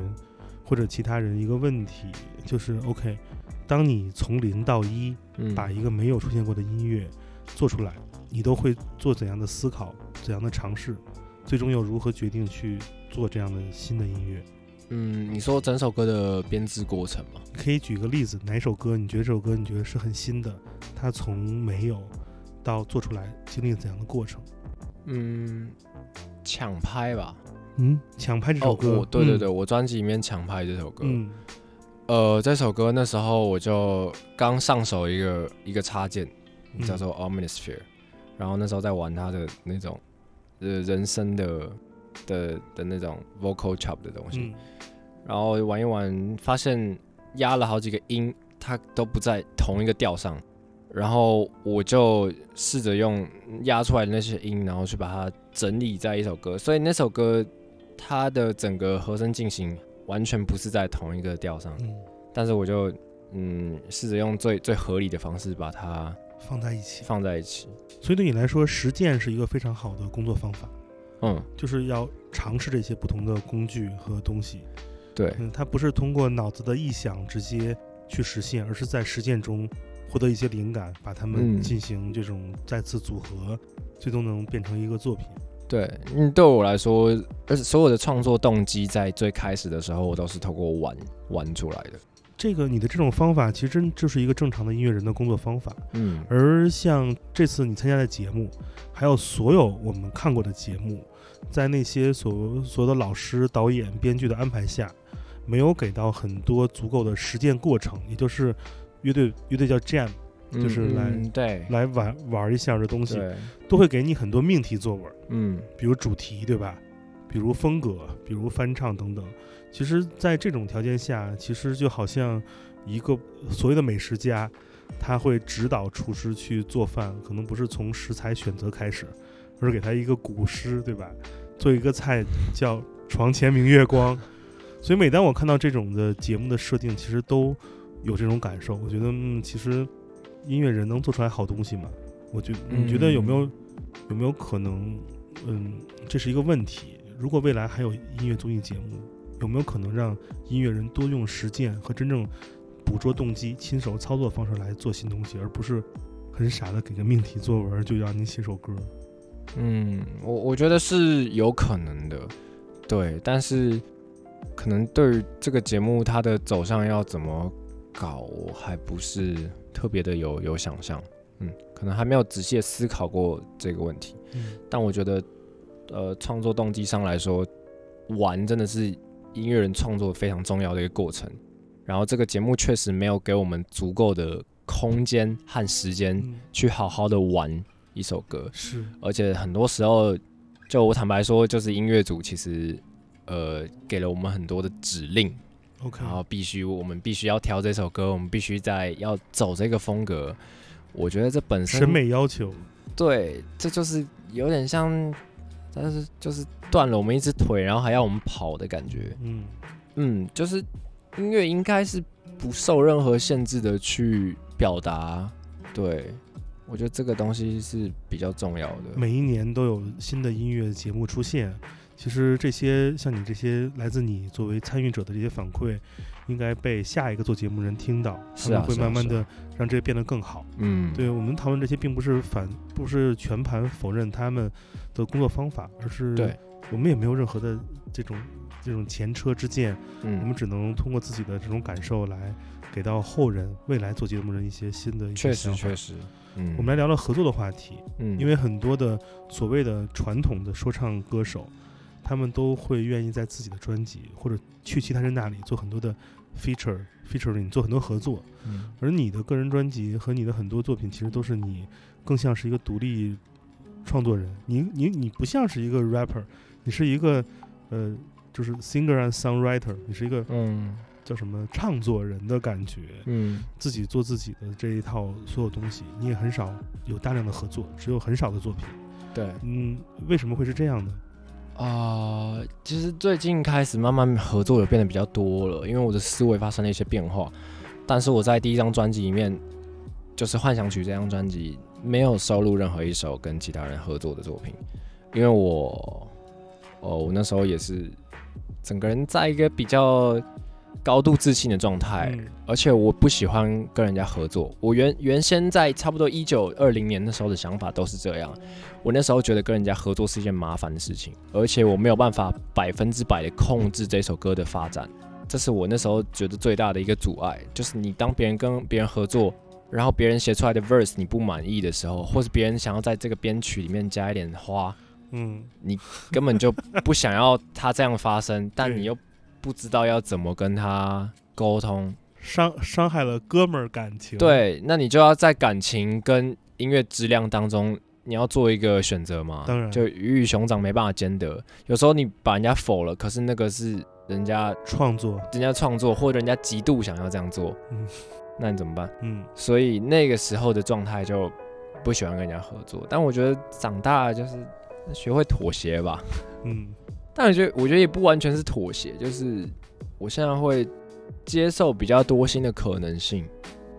[SPEAKER 2] 或者其他人一个问题，就是 OK，当你从零到一，
[SPEAKER 3] 嗯
[SPEAKER 2] 把一个没有出现过的音乐做出来，你都会做怎样的思考，怎样的尝试，最终又如何决定去做这样的新的音乐？
[SPEAKER 3] 嗯，你说整首歌的编制过程吗？
[SPEAKER 2] 可以举个例子，哪首歌你觉得这首歌你觉得是很新的，它从没有到做出来，经历了怎样的过程？
[SPEAKER 3] 嗯，抢拍吧。
[SPEAKER 2] 嗯，抢拍这首
[SPEAKER 3] 哦，
[SPEAKER 2] 歌，
[SPEAKER 3] 我对对对，我专辑里面抢拍这首歌。
[SPEAKER 2] 嗯，
[SPEAKER 3] 呃，这首歌那时候我就刚上手一个一个插件，
[SPEAKER 2] 嗯
[SPEAKER 3] 叫做 Omnisphere，、然后那时候在玩它的那种呃人声的的的那种 vocal chop 的东西，
[SPEAKER 2] 嗯
[SPEAKER 3] 然后玩一玩，发现压了好几个音，它都不在同一个调上。然后我就试着用压出来的那些音，然后去把它整理在一首歌。所以那首歌它的整个和声进行完全不是在同一个调上，
[SPEAKER 2] 嗯，
[SPEAKER 3] 但是我就嗯试着用最最合理的方式把它
[SPEAKER 2] 放在一起。
[SPEAKER 3] 放在一起。
[SPEAKER 2] 所以对你来说，实践是一个非常好的工作方法，
[SPEAKER 3] 嗯，
[SPEAKER 2] 就是要尝试这些不同的工具和东西。
[SPEAKER 3] 对，
[SPEAKER 2] 嗯，它不是通过脑子的臆想直接去实现，而是在实践中获得一些灵感，把它们
[SPEAKER 3] 嗯
[SPEAKER 2] 进行这种再次组合，最终能变成一个作品。
[SPEAKER 3] 对，嗯，对我来说，而且所有的创作动机在最开始的时候，我都是透过玩玩出来的。
[SPEAKER 2] 这个你的这种方法，其实真就是一个正常的音乐人的工作方法。
[SPEAKER 3] 嗯
[SPEAKER 2] 而像这次你参加的节目，还有所有我们看过的节目，在那些所所有的老师、导演、编剧的安排下，没有给到很多足够的实践过程，也就是乐队乐队叫 Jam
[SPEAKER 3] 嗯
[SPEAKER 2] 就是来
[SPEAKER 3] 嗯对
[SPEAKER 2] 来玩玩一下的东西，
[SPEAKER 3] 对，
[SPEAKER 2] 都会给你很多命题作文，
[SPEAKER 3] 嗯
[SPEAKER 2] 比如主题，对吧？比如风格，比如翻唱等等。其实，在这种条件下，其实就好像一个所谓的美食家，他会指导厨师去做饭，可能不是从食材选择开始，而是给他一个古诗，对吧？做一个菜叫“床前明月光”。所以每当我看到这种的节目的设定，其实都有这种感受。我觉得，嗯，其实音乐人能做出来好东西嘛？我觉你觉得有没有、有没有可能？嗯，这是一个问题。如果未来还有音乐综艺节目，有没有可能让音乐人多用实践和真正捕捉动机、亲手操作方式来做新东西，而不是很傻的给个命题作文就让你写首歌？
[SPEAKER 3] 嗯，我我觉得是有可能的，对，但是可能对于这个节目它的走向要怎么搞，我还不是特别的有有想象，嗯，可能还没有仔细地思考过这个问题，
[SPEAKER 2] 嗯
[SPEAKER 3] 但我觉得，呃，创作动机上来说，玩真的是音乐人创作非常重要的一个过程，然后这个节目确实没有给我们足够的空间和时间
[SPEAKER 2] 嗯，
[SPEAKER 3] 去好好的玩一首歌，
[SPEAKER 2] 是
[SPEAKER 3] 而且很多时候，就我坦白说，就是音乐组其实呃给了我们很多的指
[SPEAKER 2] 嗯
[SPEAKER 3] 令，
[SPEAKER 2] OK，
[SPEAKER 3] 然后必须我们必须要挑这首歌，我们必须在要走这个风格。我觉得这本身
[SPEAKER 2] 审美要求，
[SPEAKER 3] 对，这就是有点像，但是就是断了我们一只腿，然后还要我们跑的感觉。
[SPEAKER 2] 嗯
[SPEAKER 3] 嗯，就是音乐应该是不受任何限制的去表达。对，我觉得这个东西是比较重要的。
[SPEAKER 2] 每一年都有新的音乐节目出现。其实这些像你这些来自你作为参与者的这些反馈，应该被下一个做节目人听到，他
[SPEAKER 3] 是啊
[SPEAKER 2] 们会
[SPEAKER 3] 是啊
[SPEAKER 2] 慢慢
[SPEAKER 3] 是啊
[SPEAKER 2] 的让这变得更好。
[SPEAKER 3] 嗯，
[SPEAKER 2] 对我们讨论这些，并不是反，不是全盘否认他们的工作方法，而是
[SPEAKER 3] 对，
[SPEAKER 2] 我们也没有任何的这种这种前车之鉴，我
[SPEAKER 3] 嗯
[SPEAKER 2] 们，只能通过自己的这种感受来给到后人、未来做节目人一些新的一些
[SPEAKER 3] 确实
[SPEAKER 2] 想法
[SPEAKER 3] 确。实，嗯，
[SPEAKER 2] 我们来聊聊合作的话题，
[SPEAKER 3] 嗯，
[SPEAKER 2] 因为很多的所谓的传统的说唱歌手，他们都会愿意在自己的专辑或者去其他人那里做很多的 feature featuring，做很多合作。
[SPEAKER 3] 嗯
[SPEAKER 2] 而你的个人专辑和你的很多作品，其实都是你更像是一个独立创作人，你你你不像是一个 rapper，你是一个呃，就是 singer and songwriter，你是一个
[SPEAKER 3] 嗯
[SPEAKER 2] 叫什么唱作人的感觉，
[SPEAKER 3] 嗯
[SPEAKER 2] 自己做自己的这一套所有东西，你也很少有大量的合作，只有很少的作品。
[SPEAKER 3] 对，
[SPEAKER 2] 嗯，为什么会是这样呢？
[SPEAKER 3] 啊、其实最近开始慢慢合作也变得比较多了，因为我的思维发生了一些变化。但是我在第一张专辑里面，就是《幻想曲》这张专辑，没有收录任何一首跟其他人合作的作品，因为我，哦，我那时候也是整个人在一个比较高度自信的状态，
[SPEAKER 2] 嗯
[SPEAKER 3] 而且我不喜欢跟人家合作。我原原先在差不多一九二零年的时候的想法都是这样，我那时候觉得跟人家合作是一件麻烦的事情，而且我没有办法百分之百的控制这首歌的发展，这是我那时候觉得最大的一个阻碍，就是你当别人跟别人合作。然后别人写出来的 verse 你不满意的时候，或是别人想要在这个编曲里面加一点花，
[SPEAKER 2] 嗯，
[SPEAKER 3] 根本就不想要它这样发生，但
[SPEAKER 2] 对
[SPEAKER 3] 你又不知道要怎么跟他沟通，
[SPEAKER 2] 伤伤害了哥们儿感情。，
[SPEAKER 3] 对，那你就要在感情跟音乐质量当中，你要做一个选择嘛。
[SPEAKER 2] 当然
[SPEAKER 3] 就鱼与熊掌没办法兼得。有时候你把人家否了，可是那个是人家
[SPEAKER 2] 创作，
[SPEAKER 3] 人家创作，或者人家极度想要这样做，
[SPEAKER 2] 嗯
[SPEAKER 3] [laughs] 那你怎么办？
[SPEAKER 2] 嗯，
[SPEAKER 3] 所以那个时候的状态就不喜欢跟人家合作。但我觉得长大了就是学会妥协吧。
[SPEAKER 2] 嗯，
[SPEAKER 3] 但我觉得，我觉得也不完全是妥协，就是我现在会接受比较多新的可能性。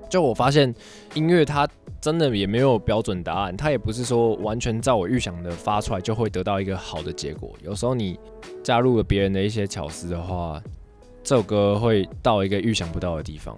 [SPEAKER 3] 就我发现，音乐它真的也没有标准答案，它也不是说完全照我预想的发出来就会得到一个好的结果。有时候你加入了别人的一些巧思的话，这首歌会到一个预想不到的地方。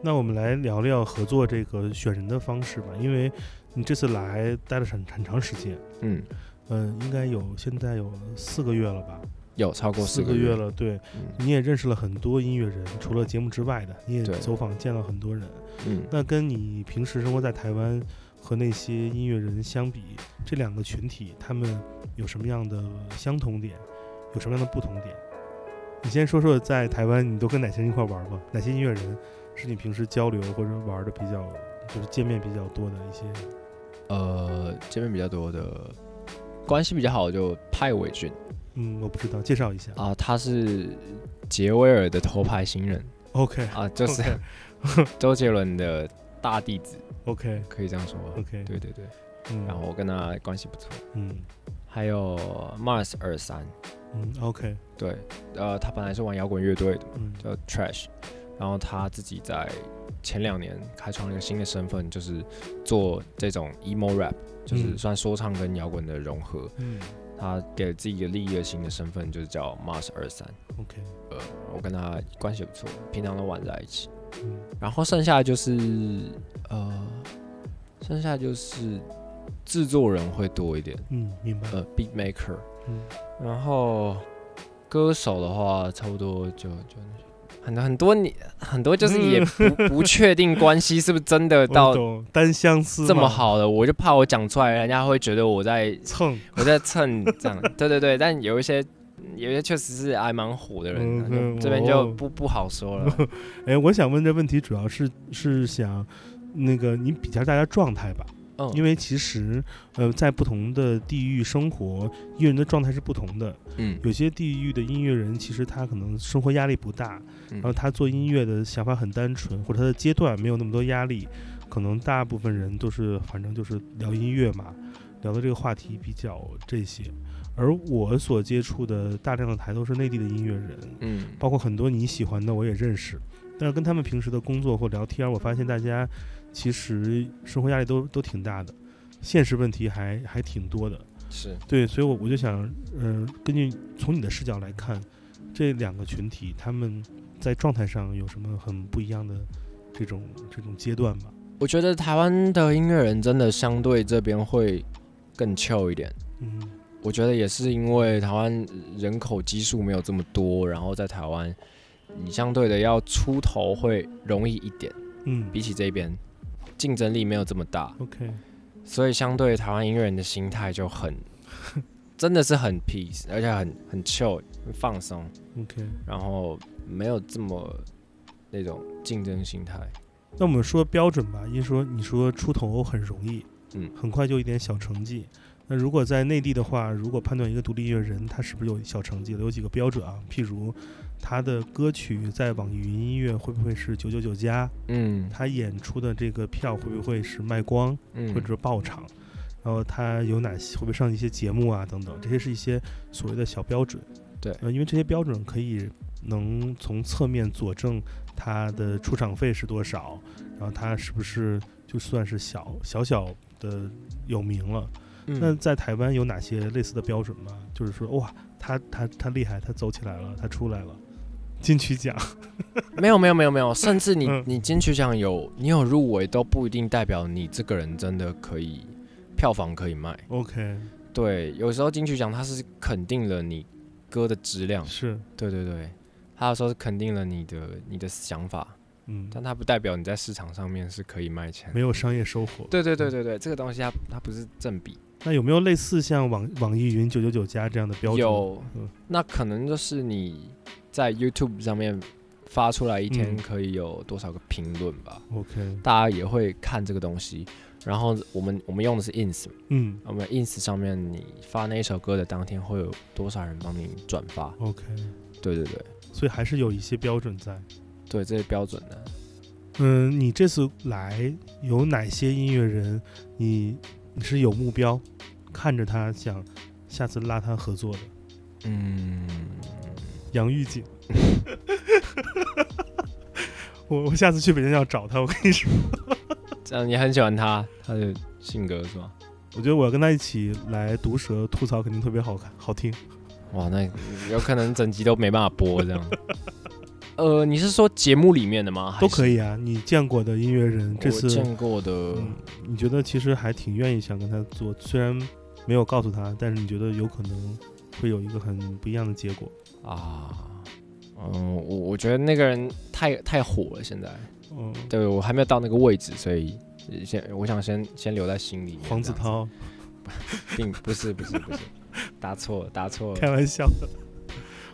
[SPEAKER 2] 那我们来聊聊合作这个选人的方式吧，因为你这次来待了很很长时间，
[SPEAKER 3] 嗯，
[SPEAKER 2] 嗯，应该有现在有四个月了吧？
[SPEAKER 3] 有超过
[SPEAKER 2] 四
[SPEAKER 3] 四
[SPEAKER 2] 个
[SPEAKER 3] 个
[SPEAKER 2] 月。了，对，
[SPEAKER 3] 嗯
[SPEAKER 2] 你也认识了很多音乐人，除了节目之外的，你也
[SPEAKER 3] 对
[SPEAKER 2] 走访见了很多人。
[SPEAKER 3] 嗯，
[SPEAKER 2] 那跟你平时生活在台湾和那些音乐人相比，这两个群体他们有什么样的相同点，有什么样的不同点？你先说说在台湾你都跟哪些人一块玩吧？哪些音乐人是你平时交流或者玩的比较，就是见面比较多的一些？
[SPEAKER 3] 呃，这边比较多的关系比较好，就派伟俊。
[SPEAKER 2] 嗯，我不知道，介绍一下。
[SPEAKER 3] 啊，他是杰威尔的头牌新人
[SPEAKER 2] OK，
[SPEAKER 3] [laughs] 啊，就是
[SPEAKER 2] OK
[SPEAKER 3] 周杰伦的大弟子，
[SPEAKER 2] OK
[SPEAKER 3] 可以这样说。
[SPEAKER 2] OK，
[SPEAKER 3] 对对对，
[SPEAKER 2] 嗯，
[SPEAKER 3] 然后我跟他关系不错。
[SPEAKER 2] 嗯
[SPEAKER 3] 还有 Mars 二三，
[SPEAKER 2] 嗯 OK，
[SPEAKER 3] 对，呃，他本来是玩摇滚乐队的，
[SPEAKER 2] 嗯
[SPEAKER 3] 叫 Trash，然后他自己在前两年开创了一个新的身份，就是做这种 emo rap，就是
[SPEAKER 2] 嗯
[SPEAKER 3] 算说唱跟摇滚的融合。
[SPEAKER 2] 嗯
[SPEAKER 3] 他给自己一个立一个新的身份，就是叫 Mars 二三。
[SPEAKER 2] OK，
[SPEAKER 3] 呃，我跟他关系也不错，平常都玩在一起。
[SPEAKER 2] 嗯
[SPEAKER 3] 然后剩下就是呃，剩下就是制作人会多一点，
[SPEAKER 2] 嗯，明白，
[SPEAKER 3] 呃，beat maker。
[SPEAKER 2] 嗯
[SPEAKER 3] 然后歌手的话，差不多就就很多很多你很多就是也不、
[SPEAKER 2] [laughs]
[SPEAKER 3] 不确定关系是不是真的
[SPEAKER 2] 我
[SPEAKER 3] 到
[SPEAKER 2] 懂单相思
[SPEAKER 3] 这么
[SPEAKER 2] 嘛
[SPEAKER 3] 好的，我就怕我讲出来，人家会觉得我在
[SPEAKER 2] 蹭，
[SPEAKER 3] 我在蹭这 [laughs] 样。对对对，但有一些有一些确实是还蛮火的人啊、
[SPEAKER 2] 嗯
[SPEAKER 3] 就这边就
[SPEAKER 2] 哦
[SPEAKER 3] 不不好说了。 [laughs]
[SPEAKER 2] 哎，我想问这问题主要是是想那个你比较大家状态吧，
[SPEAKER 3] 嗯，
[SPEAKER 2] 因为其实呃在不同的地域生活，艺人的状态是不同的，
[SPEAKER 3] 嗯
[SPEAKER 2] 有些地域的音乐人，其实他可能生活压力不大，
[SPEAKER 3] 嗯
[SPEAKER 2] 然后他做音乐的想法很单纯，或者他的阶段没有那么多压力。可能大部分人都是，反正就是聊音乐嘛，聊的这个话题比较这些。而我所接触的大量的台都是内地的音乐人，
[SPEAKER 3] 嗯
[SPEAKER 2] 包括很多你喜欢的我也认识，但是跟他们平时的工作或聊天，我发现大家其实生活压力都都挺大的，现实问题还还挺多的。
[SPEAKER 3] 是
[SPEAKER 2] 对，所以我我就想，嗯、根据从你的视角来看，这两个群体他们在状态上有什么很不一样的这种这种阶段吧？
[SPEAKER 3] 我觉得台湾的音乐人真的相对这边会更 chill 一点。
[SPEAKER 2] 嗯
[SPEAKER 3] 我觉得也是因为台湾人口基数没有这么多，然后在台湾，你相对的要出头会容易一点，
[SPEAKER 2] 嗯
[SPEAKER 3] 比起这边竞争力没有这么大，
[SPEAKER 2] ，OK，
[SPEAKER 3] 所以相对台湾音乐人的心态
[SPEAKER 2] [laughs]
[SPEAKER 3] 就很，真的是很 peace，而且很很 chill，很放松，
[SPEAKER 2] OK，
[SPEAKER 3] 然后没有这么那种竞争心态。
[SPEAKER 2] 那我们说标准吧，因为说你说出头很容易，
[SPEAKER 3] 嗯
[SPEAKER 2] 很快就一点小成绩。那如果在内地的话，如果判断一个独立音乐人他是不是有小成绩的，有几个标准啊？譬如他的歌曲在网易云音乐会不会是九九九加？
[SPEAKER 3] 嗯
[SPEAKER 2] 他演出的这个票会不会是卖光？
[SPEAKER 3] 嗯
[SPEAKER 2] 或者爆场，然后他有哪些会不会上一些节目啊等等，这些是一些所谓的小标准。
[SPEAKER 3] 对
[SPEAKER 2] 呃，因为这些标准可以能从侧面佐证他的出场费是多少，然后他是不是就算是小小小的有名了。
[SPEAKER 3] 嗯
[SPEAKER 2] 那在台湾有哪些类似的标准吗？就是说，哇，他他他厉害，他走起来了，他出来了，金曲奖。 [laughs]
[SPEAKER 3] 没有没有没有没有，甚至你
[SPEAKER 2] 嗯
[SPEAKER 3] 你金曲奖有你有入围都不一定代表你这个人真的可以票房可以卖。
[SPEAKER 2] OK，
[SPEAKER 3] 对，有时候金曲奖它是肯定了你歌的质量，
[SPEAKER 2] 是，
[SPEAKER 3] 对对对，它有时候是肯定了你的你的想法，
[SPEAKER 2] 嗯，
[SPEAKER 3] 但它不代表你在市场上面是可以卖钱
[SPEAKER 2] 没。有嗯商业收获。
[SPEAKER 3] 对对对对对，这个东西它它不是正比。
[SPEAKER 2] 那有没有类似像网网易云九九九加这样的标准？
[SPEAKER 3] 有
[SPEAKER 2] 嗯，
[SPEAKER 3] 那可能就是你在 YouTube 上面发出来一天
[SPEAKER 2] 嗯
[SPEAKER 3] 可以有多少个评论吧。
[SPEAKER 2] OK，
[SPEAKER 3] 大家也会看这个东西。然后我们我们用的是 ins，嘛
[SPEAKER 2] 嗯
[SPEAKER 3] 我们 ins 上面你发那一首歌的当天会有多少人帮你转发？
[SPEAKER 2] ，OK，
[SPEAKER 3] 对对对
[SPEAKER 2] 所以还是有一些标准在。
[SPEAKER 3] 对，这是标准的。
[SPEAKER 2] 嗯，你这次来有哪些音乐人你你是有目标，看着他想下次拉他合作的？
[SPEAKER 3] 嗯，
[SPEAKER 2] 杨钰锦， [laughs] 我我下次去北京要找他，我跟你说，
[SPEAKER 3] 这样你很喜欢他他的性格是吗？
[SPEAKER 2] 我觉得我要跟他一起来毒舌吐槽，肯定特别好看好听。
[SPEAKER 3] 哇，那有可能整集都没办法播这样。 [laughs] 呃，你是说节目里面的吗？还
[SPEAKER 2] 都
[SPEAKER 3] 是
[SPEAKER 2] 可以啊，你见过的音乐人，这次
[SPEAKER 3] 我见过的，
[SPEAKER 2] 嗯你觉得其实还挺愿意想跟他做，虽然没有告诉他，但是你觉得有可能会有一个很不一样的结果。
[SPEAKER 3] 啊，嗯，我我觉得那个人太太火了，现在。
[SPEAKER 2] 嗯，
[SPEAKER 3] 对我还没有到那个位置，所以呃先我想先先留在心里面。
[SPEAKER 2] 黄子
[SPEAKER 3] 这样
[SPEAKER 2] 韬，
[SPEAKER 3] 子，并不是不是
[SPEAKER 2] [laughs]
[SPEAKER 3] 不是，答错了答错
[SPEAKER 2] 开
[SPEAKER 3] 了，
[SPEAKER 2] 玩笑的，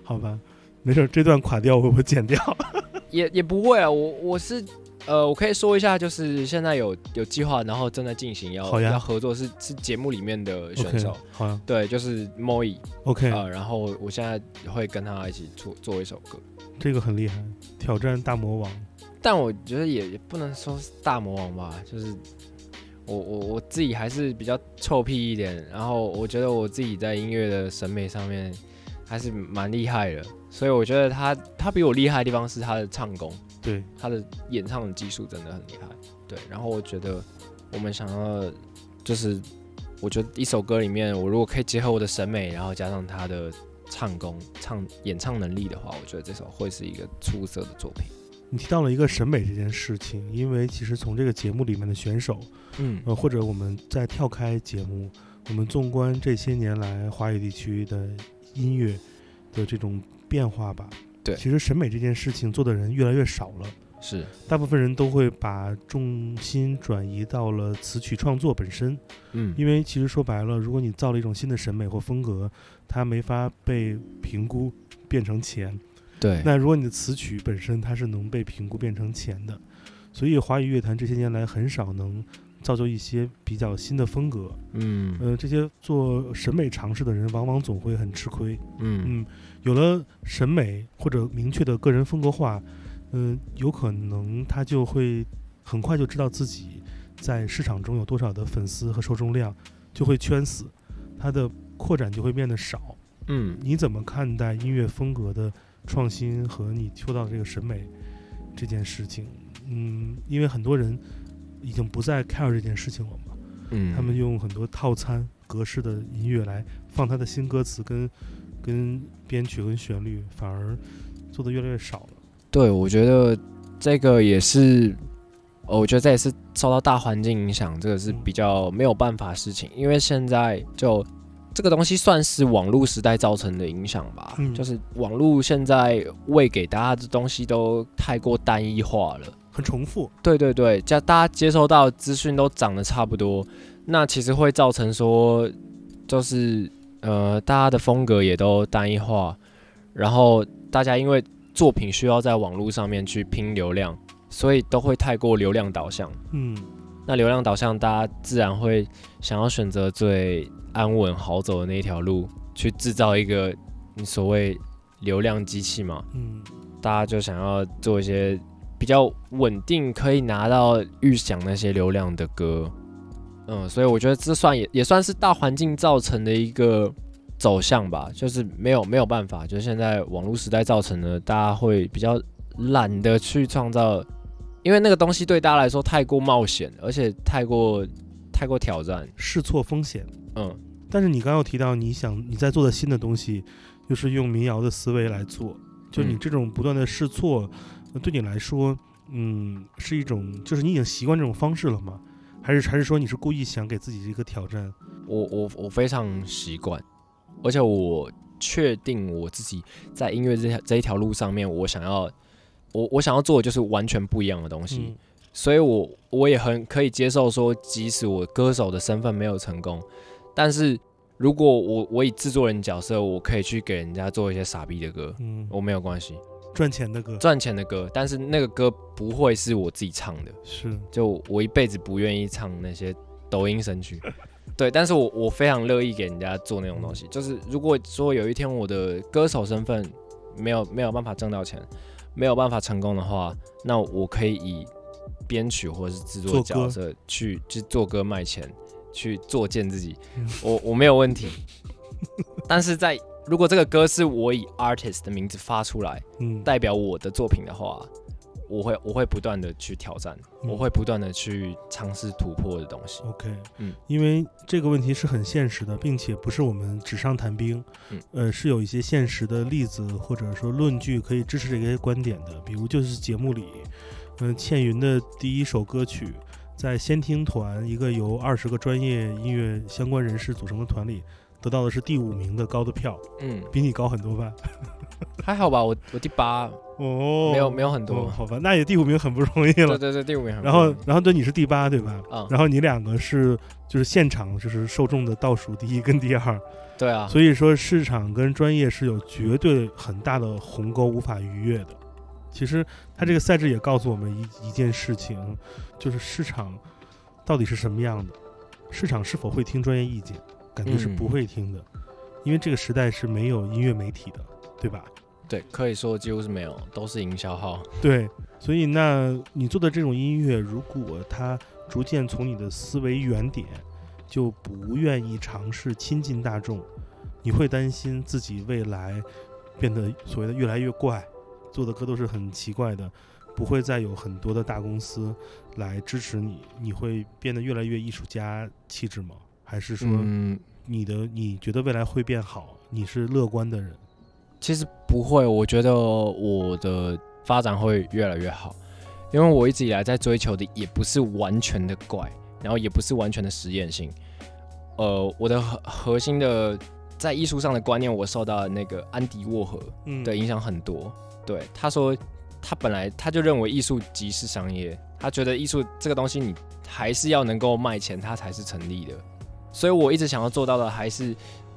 [SPEAKER 2] 好吧，没事儿，这段垮掉我我剪掉。
[SPEAKER 3] 也也不会啊，我我是呃，我可以说一下，就是现在有有计划，然后正在进行要
[SPEAKER 2] 好呀
[SPEAKER 3] 要合作是是节目里面的选啊
[SPEAKER 2] OK，
[SPEAKER 3] 手，
[SPEAKER 2] 好呀
[SPEAKER 3] 对，就是 Moi
[SPEAKER 2] ，OK，
[SPEAKER 3] 啊、然后我现在会跟他一起做做一首歌，
[SPEAKER 2] 这个很厉害，挑战大魔王。
[SPEAKER 3] 但我觉得也也不能说是大魔王吧，就是我我我自己还是比较臭屁一点，然后我觉得我自己在音乐的审美上面还是蛮厉害的，所以我觉得他他比我厉害的地方是他的唱功，
[SPEAKER 2] 对，
[SPEAKER 3] 他的演唱的技术真的很厉害，对，然后我觉得我们想要就是我觉得一首歌里面，我如果可以结合我的审美，然后加上他的唱功、唱演唱能力的话，我觉得这首会是一个出色的作品。
[SPEAKER 2] 你提到了一个审美这件事情，因为其实从这个节目里面的选手，
[SPEAKER 3] 嗯
[SPEAKER 2] 呃，或者我们再跳开节目，我们纵观这些年来华语地区的音乐的这种变化吧，
[SPEAKER 3] 对
[SPEAKER 2] 其实审美这件事情做的人越来越少了，
[SPEAKER 3] 是，
[SPEAKER 2] 大部分人都会把重心转移到了词曲创作本身，
[SPEAKER 3] 嗯
[SPEAKER 2] 因为其实说白了，如果你造了一种新的审美或风格，它没法被评估变成钱。
[SPEAKER 3] 对
[SPEAKER 2] 那如果你的词曲本身它是能被评估变成钱的，所以华语乐坛这些年来很少能造就一些比较新的风格。
[SPEAKER 3] 嗯
[SPEAKER 2] 呃，这些做审美尝试的人往往总会很吃亏。
[SPEAKER 3] 嗯
[SPEAKER 2] 嗯，有了审美或者明确的个人风格化，嗯、有可能他就会很快就知道自己在市场中有多少的粉丝和受众量，就会圈死，他的扩展就会变得少。
[SPEAKER 3] 嗯
[SPEAKER 2] 你怎么看待音乐风格的创新和你说到这个审美这件事情？嗯，因为很多人已经不再 care 这件事情了嘛。
[SPEAKER 3] 嗯
[SPEAKER 2] 他们用很多套餐格式的音乐来放他的新歌词跟跟编曲跟旋律，反而做的越来越少了。
[SPEAKER 3] 对，我觉得这个也是，呃我觉得这也是受到大环境影响，这个是比较没有办法的事情，因为现在就这个东西算是网络时代造成的影响吧，
[SPEAKER 2] 嗯
[SPEAKER 3] 就是网络现在喂给大家的东西都太过单一化了。
[SPEAKER 2] 很重复，
[SPEAKER 3] 对对对，加大家接收到的资讯都长得差不多，那其实会造成说，就是呃，大家的风格也都单一化，然后大家因为作品需要在网络上面去拼流量，所以都会太过流量导向。
[SPEAKER 2] 嗯，
[SPEAKER 3] 那流量导向，大家自然会想要选择最安稳好走的那一条路，去制造一个你所谓流量机器嘛。
[SPEAKER 2] 嗯，
[SPEAKER 3] 大家就想要做一些比较稳定可以拿到预想那些流量的歌，嗯，所以我觉得这算也也算是大环境造成的一个走向吧，就是没有没有办法，就是现在网络时代造成的，大家会比较懒得去创造，因为那个东西对大家来说太过冒险，而且太过太过挑战，
[SPEAKER 2] 试错风险。
[SPEAKER 3] 嗯，
[SPEAKER 2] 但是你刚刚有提到，你想你在做的新的东西，就是用民谣的思维来做，就你
[SPEAKER 3] 嗯
[SPEAKER 2] 这种不断的试错，呃对你来说，嗯，是一种就是你已经习惯这种方式了吗？还是还是说你是故意想给自己一个挑战？
[SPEAKER 3] 我我我非常习惯，而且我确定我自己在音乐这条这一条路上面，我想要我我想要做的就是完全不一样的东西，
[SPEAKER 2] 嗯
[SPEAKER 3] 所以我我也很可以接受说，即使我歌手的身份没有成功，但是如果我我以制作人角色，我可以去给人家做一些傻逼的歌，
[SPEAKER 2] 嗯，
[SPEAKER 3] 我没有关系，
[SPEAKER 2] 赚钱的歌
[SPEAKER 3] 赚钱的歌，但是那个歌不会是我自己唱的。
[SPEAKER 2] 是
[SPEAKER 3] 就我一辈子不愿意唱那些抖音神曲，对，但是我我非常乐意给人家做那种东西。就是如果说有一天我的歌手身份没有没有办法挣到钱，没有办法成功的话，那我可以以编曲或是制作
[SPEAKER 2] 做歌
[SPEAKER 3] 角色去去做歌卖钱，去作践自己
[SPEAKER 2] 嗯，
[SPEAKER 3] 我我没有问题。 [laughs] 但是在如果这个歌是我以 artist 的名字发出来，
[SPEAKER 2] 嗯，
[SPEAKER 3] 代表我的作品的话，我会我会不断的去挑战，
[SPEAKER 2] 嗯
[SPEAKER 3] 我会不断的去尝试突破的东西。
[SPEAKER 2] OK，
[SPEAKER 3] 嗯
[SPEAKER 2] 因为这个问题是很现实的，并且不是我们纸上谈兵，
[SPEAKER 3] 嗯
[SPEAKER 2] 呃，是有一些现实的例子或者说论据可以支持这些观点的，比如就是节目里，嗯、倩云的第一首歌曲。在先听团一个由二十个专业音乐相关人士组成的团里，得到的是第五名的高的票，
[SPEAKER 3] 嗯，
[SPEAKER 2] 比你高很多吧？
[SPEAKER 3] 还好吧，我我第八，
[SPEAKER 2] 哦，
[SPEAKER 3] 没有没有很
[SPEAKER 2] 哦
[SPEAKER 3] 多，
[SPEAKER 2] 好吧，那也第五名很不容易了
[SPEAKER 3] 对。对对，第五名很不
[SPEAKER 2] 然后
[SPEAKER 3] 容易。，
[SPEAKER 2] 然后对你是第八对吧？
[SPEAKER 3] 嗯
[SPEAKER 2] 然后你两个是就是现场就是受众的倒数第一跟第二，
[SPEAKER 3] 对啊，
[SPEAKER 2] 所以说市场跟专业是有绝对很大的鸿沟无法逾越的。其实它这个赛制也告诉我们一一件事情，就是市场到底是什么样的，市场是否会听专业意见，感觉是
[SPEAKER 3] 嗯
[SPEAKER 2] 不会听的，因为这个时代是没有音乐媒体的，对吧？
[SPEAKER 3] 对，可以说几乎是没有，都是营销号。
[SPEAKER 2] 对，所以那你做的这种音乐，如果它逐渐从你的思维原点就不愿意尝试亲近大众，你会担心自己未来变得所谓的越来越怪，做的歌都是很奇怪的，不会再有很多的大公司来支持你，你会变得越来越艺术家气质吗？还是说
[SPEAKER 3] 嗯，
[SPEAKER 2] 你的、你觉得未来会变好？你是乐观的人？
[SPEAKER 3] 其实不会，我觉得我的发展会越来越好，因为我一直以来在追求的也不是完全的怪，然后也不是完全的实验性。呃，我的核核心的在艺术上的观念，我受到那个安迪沃荷
[SPEAKER 2] 嗯
[SPEAKER 3] 对，影响很多。对，他说他本来他就认为艺术即是商业，他觉得艺术这个东西你还是要能够卖钱，它才是成立的。所以我一直想要做到的，还是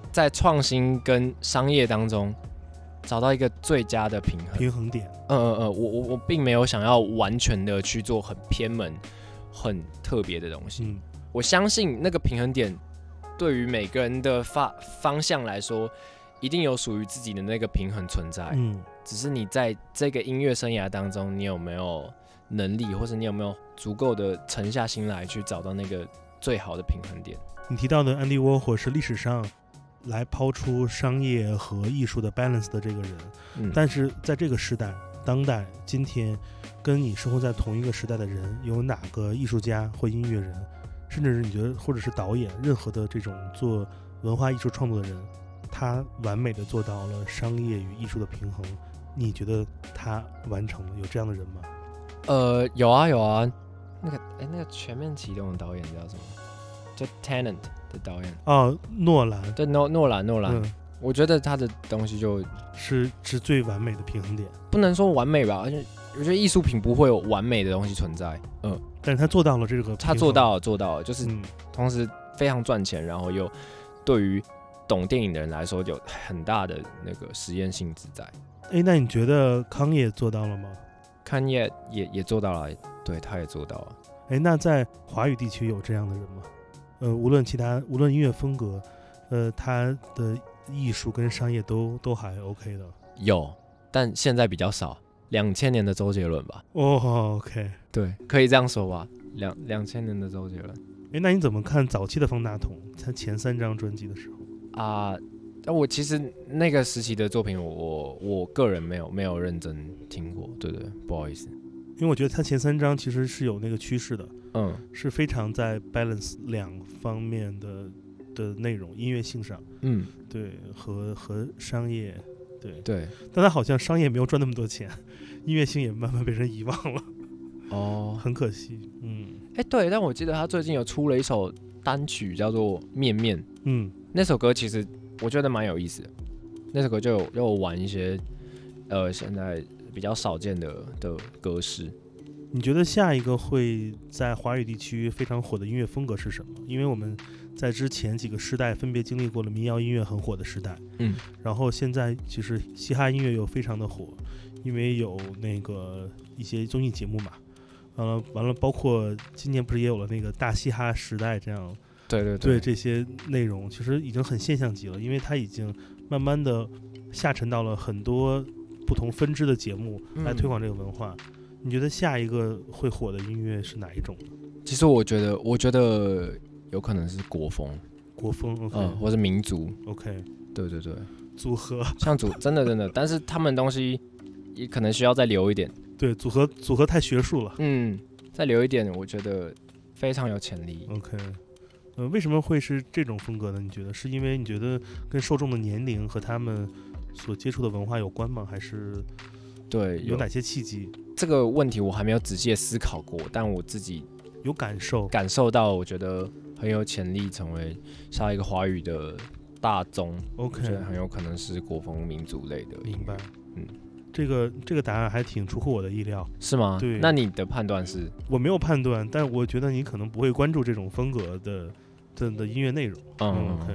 [SPEAKER 3] 在创新跟商业当中找到一个最佳的平衡。
[SPEAKER 2] 平衡点。
[SPEAKER 3] 呃呃呃，我我我并没有想要完全的去做很偏门、很特别的东西。
[SPEAKER 2] 嗯
[SPEAKER 3] 我相信那个平衡点，对于每个人的发方向来说，一定有属于自己的那个平衡存在。
[SPEAKER 2] 嗯
[SPEAKER 3] 只是你在这个音乐生涯当中，你有没有能力，或者你有没有足够的沉下心来去找到那个最好的平衡点？
[SPEAKER 2] 你提到的安迪沃霍是历史上来抛出商业和艺术的 balance 的这个人，
[SPEAKER 3] 嗯，
[SPEAKER 2] 但是在这个时代、当代、今天，跟你生活在同一个时代的人，有哪个艺术家或音乐人，甚至是你觉得或者是导演，任何的这种做文化艺术创作的人，他完美的做到了商业与艺术的平衡？你觉得他完成了？有这样的人吗？
[SPEAKER 3] 呃，有啊有啊，那个哎，那个全面启动的导演叫什么？叫 Tenant 的导演，
[SPEAKER 2] 哦，诺兰，
[SPEAKER 3] 对诺诺兰诺兰，
[SPEAKER 2] 嗯，
[SPEAKER 3] 我觉得他的东西就是
[SPEAKER 2] 是最完美的平衡点。
[SPEAKER 3] 不能说完美吧，而且我觉得艺术品不会有完美的东西存在。嗯，
[SPEAKER 2] 但是他做到了这个，
[SPEAKER 3] 他做，到了做到了，就是
[SPEAKER 2] 嗯，
[SPEAKER 3] 同时非常赚钱，然后又对于懂电影的人来说有很大的那个实验性质在。
[SPEAKER 2] 哎，那你觉得康也做到了吗？
[SPEAKER 3] 看也也也做到了，对，他也做到了。
[SPEAKER 2] 哎，那在华语地区有这样的人吗？呃，无论其他，无论音乐风格，呃，他的艺术跟商业都都还 OK 的。
[SPEAKER 3] 有，但现在比较少。两千年的周杰伦吧，
[SPEAKER 2] 哦，OK、o k
[SPEAKER 3] 对，可以这样说吧。两两千年的周杰伦
[SPEAKER 2] 哎，那你怎么看早期的方大同？他前三张专辑的时候，
[SPEAKER 3] 啊，但我其实那个时期的作品我，我我个人没有没有认真听过，对对，不好意思。
[SPEAKER 2] 因为我觉得他前三张其实是有那个趋势的，
[SPEAKER 3] 嗯
[SPEAKER 2] 是非常在 balance 两方面的的内容，音乐性上，
[SPEAKER 3] 嗯，
[SPEAKER 2] 对，和和商业，对，
[SPEAKER 3] 对，
[SPEAKER 2] 但他好像商业没有赚那么多钱，音乐性也慢慢被人遗忘了，
[SPEAKER 3] 哦，
[SPEAKER 2] 很可惜。嗯
[SPEAKER 3] 哎，对，但我记得他最近有出了一首单曲，叫做《面面》。
[SPEAKER 2] 嗯，
[SPEAKER 3] 那首歌其实我觉得蛮有意思的，那首歌就有又玩一些呃现在比较少见的的格式。
[SPEAKER 2] 你觉得下一个会在华语地区非常火的音乐风格是什么？因为我们在之前几个时代分别经历过了民谣音乐很火的时代，
[SPEAKER 3] 嗯，
[SPEAKER 2] 然后现在其实嘻哈音乐又非常的火，因为有那个一些综艺节目嘛，完了完了，包括今年不是也有了那个大嘻哈时代这样
[SPEAKER 3] 对对
[SPEAKER 2] 对这些内容，其实已经很现象级了，因为它已经慢慢的下沉到了很多不同分支的节目来推广这个文化。你觉得下一个会火的音乐是哪一种？
[SPEAKER 3] 其实我觉得，我觉得有可能是国风，
[SPEAKER 2] 国风，OK、
[SPEAKER 3] 嗯，或是民族，
[SPEAKER 2] OK，
[SPEAKER 3] 对对对，
[SPEAKER 2] 组合，
[SPEAKER 3] 像主真的真的，但是他们东西也可能需要再留一点，
[SPEAKER 2] 对组合组合太学术了
[SPEAKER 3] 嗯，再留一点，我觉得非常有潜力。
[SPEAKER 2] ，OK。呃，为什么会是这种风格呢？你觉得是因为你觉得跟受众的年龄和他们所接触的文化有关吗？还是
[SPEAKER 3] 对，
[SPEAKER 2] 有哪些契机、
[SPEAKER 3] 这个问题我还没有仔细地思考过，但我自己
[SPEAKER 2] 有感受？
[SPEAKER 3] 感受到，我觉得很有潜力成为下一个华语的大宗，我
[SPEAKER 2] OK，
[SPEAKER 3] 觉得很有可能是国风民族类的音
[SPEAKER 2] 明白
[SPEAKER 3] 乐，。嗯，
[SPEAKER 2] 这个这个答案还挺出乎我的意料，
[SPEAKER 3] 是吗？
[SPEAKER 2] 对
[SPEAKER 3] 那你的判断是？
[SPEAKER 2] 我没有判断，但我觉得你可能不会关注这种风格的的的音乐内容。
[SPEAKER 3] 嗯，
[SPEAKER 2] OK，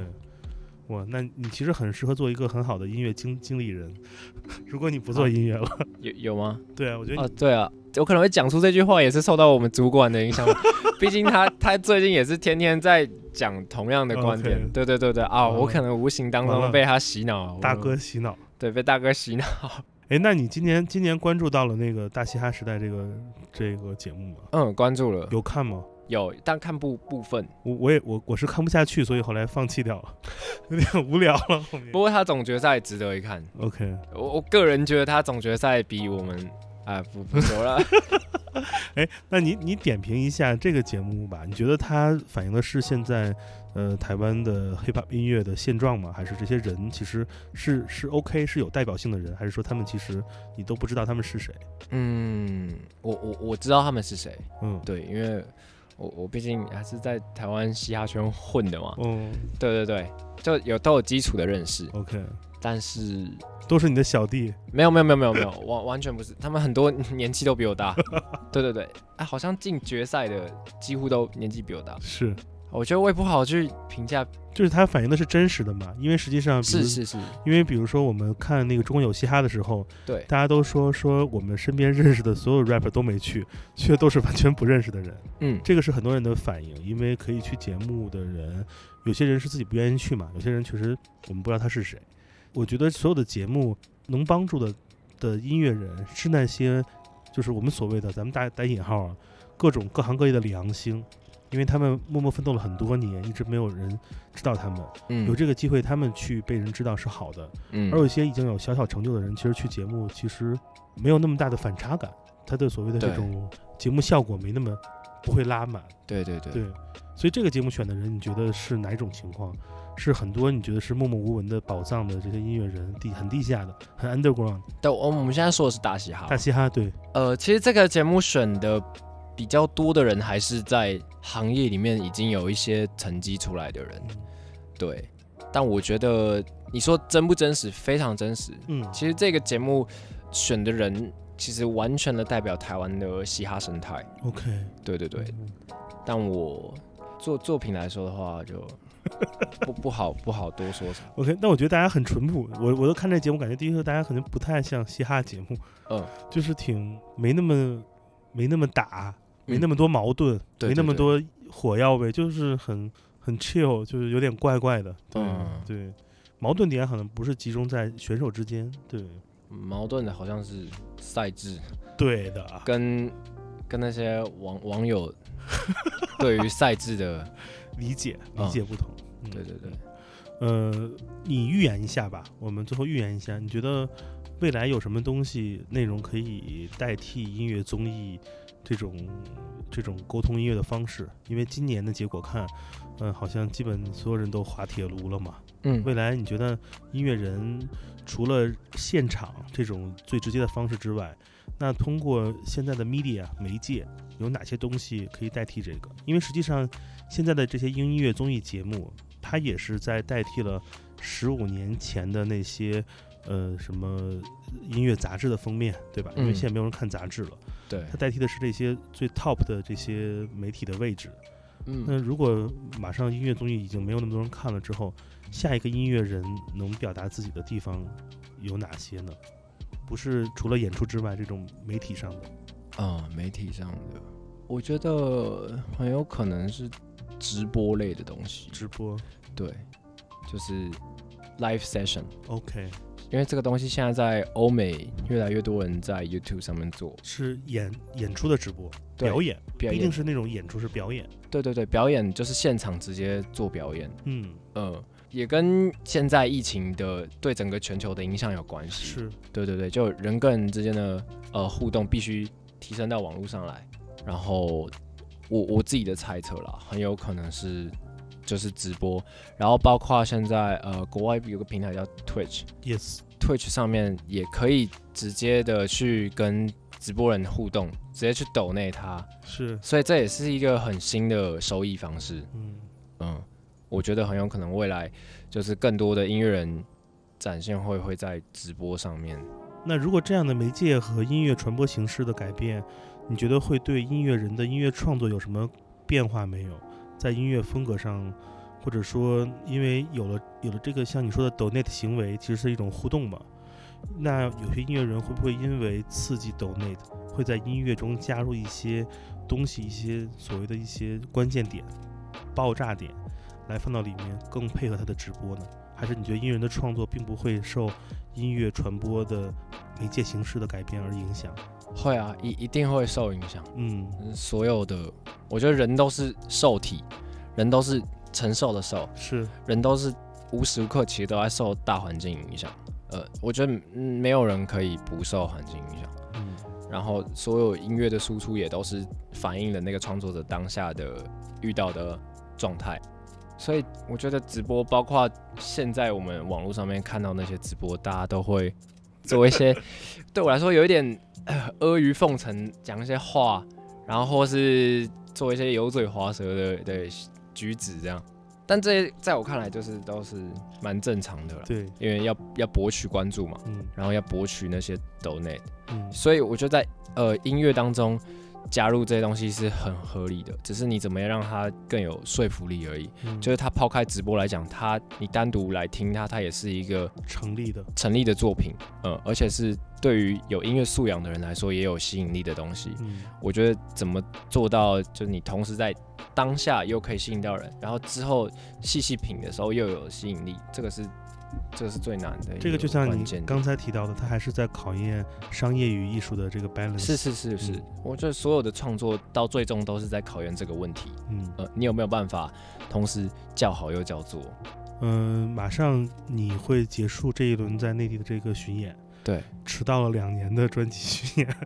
[SPEAKER 2] 哇，那你其实很适合做一个很好的音乐经经理人。 [laughs] 如果你不做音乐了， [laughs]
[SPEAKER 3] 有有吗？
[SPEAKER 2] 对啊，我觉得
[SPEAKER 3] 啊，对啊，我可能会讲出这句话，也是受到我们主管的影响。 [laughs] 毕竟他他最近也是天天在讲同样的观点
[SPEAKER 2] OK
[SPEAKER 3] 对对对对啊，
[SPEAKER 2] 完了
[SPEAKER 3] 我可能无形当
[SPEAKER 2] 完
[SPEAKER 3] 中
[SPEAKER 2] 了
[SPEAKER 3] 被他洗脑。
[SPEAKER 2] 你大
[SPEAKER 3] 我
[SPEAKER 2] 哥洗脑。
[SPEAKER 3] 对被大哥洗脑， [laughs]
[SPEAKER 2] 哎，那你今年今年关注到了那个《大嘻哈时代》这个这个节目吗？
[SPEAKER 3] 嗯，关注了
[SPEAKER 2] 有看吗？
[SPEAKER 3] 有，但看部部分。
[SPEAKER 2] 我我也我我是看不下去，所以后来放弃掉了， [laughs] 有点无聊了。后面
[SPEAKER 3] 不过他总决赛值得一看，
[SPEAKER 2] OK，
[SPEAKER 3] 我我个人觉得他总决赛比我们啊不不说了，
[SPEAKER 2] 那你你点评一下这个节目吧？你觉得它反映的是现在呃台湾的 hiphop 音乐的现状吗？还是这些人其实是是 OK 是有代表性的人，还是说他们其实你都不知道他们是谁？
[SPEAKER 3] [laughs] 嗯，我我我知道他们是谁，
[SPEAKER 2] 嗯，
[SPEAKER 3] 对，因为我我毕竟还是在台湾嘻哈圈混的嘛，
[SPEAKER 2] 嗯
[SPEAKER 3] 对对对，就有都有基础的认识，
[SPEAKER 2] ，OK，
[SPEAKER 3] 但是
[SPEAKER 2] 都是你的小弟，
[SPEAKER 3] 没有没有没有没有没有，完完全不是，他们很多 [laughs] 年纪都比我大，对对对，啊，好像进决赛的几乎都年纪比我大，
[SPEAKER 2] 是，
[SPEAKER 3] 我觉得我也不好去评价，
[SPEAKER 2] 就是它反映的是真实的嘛？因为实际上，比如
[SPEAKER 3] 是是是，
[SPEAKER 2] 因为比如说我们看那个《中国有嘻哈》的时候，
[SPEAKER 3] 对
[SPEAKER 2] 大家都说说我们身边认识的所有 rapper 都没去，去的都是完全不认识的人。
[SPEAKER 3] 嗯，
[SPEAKER 2] 这个是很多人的反应，因为可以去节目的人，有些人是自己不愿意去嘛，有些人确实我们不知道他是谁。我觉得所有的节目能帮助的的音乐人是那些，就是我们所谓的咱们打打引号啊，各种各行各业的良心，因为他们默默奋斗了很多年，一直没有人知道他们，
[SPEAKER 3] 嗯
[SPEAKER 2] 有这个机会他们去被人知道是好的。
[SPEAKER 3] 嗯
[SPEAKER 2] 而有一些已经有小小成就的人，其实去节目其实没有那么大的反差感，他对所谓的这
[SPEAKER 3] 对
[SPEAKER 2] 种节目效果没那么不会拉满。
[SPEAKER 3] 对对对
[SPEAKER 2] 对，所以这个节目选的人，你觉得是哪种情况？是很多你觉得是默默无闻的宝藏的这些音乐人，地很地下的，很 underground
[SPEAKER 3] 但我我们现在说的是大嘻哈
[SPEAKER 2] 大，嘻哈，对，
[SPEAKER 3] 呃，其实这个节目选的比较多的人，还是在行业里面已经有一些成绩出来的人，对。但我觉得你说真不真实，非常真实。
[SPEAKER 2] 嗯，
[SPEAKER 3] 其实这个节目选的人，其实完全的代表台湾的嘻哈生态。
[SPEAKER 2] OK，
[SPEAKER 3] 对 [laughs] 对对，
[SPEAKER 2] 嗯，
[SPEAKER 3] 但我做作品来说的话，就不不好不好多说啥。
[SPEAKER 2] OK，那我觉得大家很淳朴。我我都看这节目，感觉第一个大家可能不太像嘻哈节目，
[SPEAKER 3] 嗯，
[SPEAKER 2] 就是挺没那么没那么打，没
[SPEAKER 3] 嗯
[SPEAKER 2] 那么多矛盾，
[SPEAKER 3] 对
[SPEAKER 2] 没那
[SPEAKER 3] 对
[SPEAKER 2] 么
[SPEAKER 3] 对
[SPEAKER 2] 多火药味，就是很很 chill，就是有点怪怪的。对、
[SPEAKER 3] 嗯
[SPEAKER 2] 对，矛盾点可能不是集中在选手之间，对
[SPEAKER 3] 矛盾的好像是赛制
[SPEAKER 2] 对的啊。
[SPEAKER 3] 跟跟那些网网 [laughs] 友对于赛制的，
[SPEAKER 2] 理解
[SPEAKER 3] 嗯
[SPEAKER 2] 理解不同。嗯
[SPEAKER 3] 对对对。
[SPEAKER 2] 呃，你预言一下吧，我们最后预言一下，你觉得未来有什么东西内容可以代替音乐综艺这种这种沟通音乐的方式？因为今年的结果看，嗯、好像基本所有人都滑铁卢了嘛。
[SPEAKER 3] 嗯，
[SPEAKER 2] 未来你觉得音乐人除了现场这种最直接的方式之外，那通过现在的 media 媒介有哪些东西可以代替这个？因为实际上现在的这些音乐综艺节目，它也是在代替了十五年前的那些呃什么音乐杂志的封面，对吧？因为
[SPEAKER 3] 嗯
[SPEAKER 2] 现在没有人看杂志了，
[SPEAKER 3] 对
[SPEAKER 2] 它，代替的是这些最 top 的这些媒体的位置。那
[SPEAKER 3] 嗯，
[SPEAKER 2] 如果马上音乐综艺已经没有那么多人看了之后，下一个音乐人能表达自己的地方有哪些呢？不是除了演出之外，这种媒体上的，
[SPEAKER 3] 啊、媒体上的，我觉得很有可能是直播类的东西，
[SPEAKER 2] 直播
[SPEAKER 3] 对，就是 live session，
[SPEAKER 2] ，OK，
[SPEAKER 3] 因为这个东西现在在欧美越来越多人在 YouTube 上面做
[SPEAKER 2] 是演演出的直播，
[SPEAKER 3] 对
[SPEAKER 2] 表演，
[SPEAKER 3] 表
[SPEAKER 2] 不一
[SPEAKER 3] 演
[SPEAKER 2] 定，是那种演出，是表演。
[SPEAKER 3] 对对对，表演就是现场直接做表演，
[SPEAKER 2] 嗯，
[SPEAKER 3] 嗯，也跟现在疫情的对整个全球的影响有关系，
[SPEAKER 2] 是，
[SPEAKER 3] 对对对，就人跟人之间的呃互动必须提升到网络上来。然后我我自己的猜测啦，很有可能是就是直播，然后包括现在呃国外有个平台叫 Twitch，Twitch
[SPEAKER 2] yes，
[SPEAKER 3] 上面也可以直接的去跟直播人互动，直接去抖内他，
[SPEAKER 2] 是，
[SPEAKER 3] 所以这也是一个很新的收益方式。
[SPEAKER 2] 嗯，
[SPEAKER 3] 嗯，我觉得很有可能未来就是更多的音乐人展现会会在直播上面。
[SPEAKER 2] 那如果这样的媒介和音乐传播形式的改变，你觉得会对音乐人的音乐创作有什么变化没有？在音乐风格上或者说因为有了有了这个像你说的 donate 行为，其实是一种互动嘛。那有些音乐人会不会因为刺激 donate，会在音乐中加入一些东西，一些所谓的一些关键点、爆炸点，来放到里面，更配合他的直播呢？还是你觉得音乐人的创作并不会受音乐传播的媒介形式的改变而影响？
[SPEAKER 3] 会啊，一一定会受影响。
[SPEAKER 2] 嗯
[SPEAKER 3] 所有的，我觉得人都是受体，人都是承受的受，
[SPEAKER 2] 是，
[SPEAKER 3] 人都是无时无刻其实都在受大环境影响。呃，我觉得嗯没有人可以不受环境影响。
[SPEAKER 2] 嗯
[SPEAKER 3] 然后所有音乐的输出也都是反映了那个创作者当下的遇到的状态。所以我觉得直播，包括现在我们网络上面看到那些直播，大家都会做一些对我来说有一点呃阿谀奉承，讲一些话，然后或是做一些油嘴滑舌的的举止这样。但这些在我看来就是都是蛮正常的了，
[SPEAKER 2] 对，
[SPEAKER 3] 因为要要博取关注嘛，
[SPEAKER 2] 嗯
[SPEAKER 3] 然后要博取那些 donate。
[SPEAKER 2] 嗯
[SPEAKER 3] 所以我觉得在呃音乐当中加入这些东西是很合理的，只是你怎么样让它更有说服力而已。
[SPEAKER 2] 嗯，
[SPEAKER 3] 就是它抛开直播来讲，它你单独来听它，它也是一个
[SPEAKER 2] 成立的，
[SPEAKER 3] 成立的作品，嗯，而且是对于有音乐素养的人来说也有吸引力的东西。
[SPEAKER 2] 嗯
[SPEAKER 3] 我觉得怎么做到，就是你同时在当下又可以吸引到人，然后之后细细品的时候又有吸引力，这个是这个是最难的一
[SPEAKER 2] 这个就像
[SPEAKER 3] 关
[SPEAKER 2] 你
[SPEAKER 3] 键点
[SPEAKER 2] 刚才提到的，它还是在考验商业与艺术的这个 balance。
[SPEAKER 3] 是，是是是，
[SPEAKER 2] 嗯
[SPEAKER 3] 我觉得所有的创作到最终都是在考验这个问题。
[SPEAKER 2] 嗯
[SPEAKER 3] 呃，你有没有办法同时叫好又叫座？
[SPEAKER 2] 嗯、呃马上你会结束这一轮在内地的这个巡演，
[SPEAKER 3] 对，
[SPEAKER 2] 迟到了两年的专辑巡演。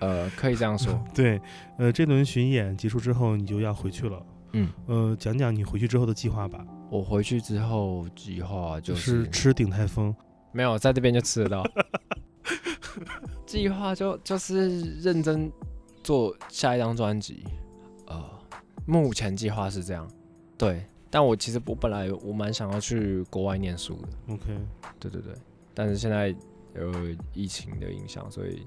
[SPEAKER 3] 呃，可以这
[SPEAKER 2] [laughs]
[SPEAKER 3] 样说。
[SPEAKER 2] 对，呃，这轮巡演结束之后，你就要回去了。
[SPEAKER 3] 嗯，
[SPEAKER 2] 呃，讲讲你回去之后的计划吧，
[SPEAKER 3] 我回去之后计划
[SPEAKER 2] 就
[SPEAKER 3] 就、
[SPEAKER 2] 是是吃鼎泰丰。
[SPEAKER 3] 没有在这边就吃得
[SPEAKER 2] [laughs]
[SPEAKER 3] 到。计划就就是认真做下一张专辑。呃，目前计划是这样。对，但我其实我本来我蛮想要去国外念书的。
[SPEAKER 2] OK，
[SPEAKER 3] 对对对，但是现在有疫情的影响，所以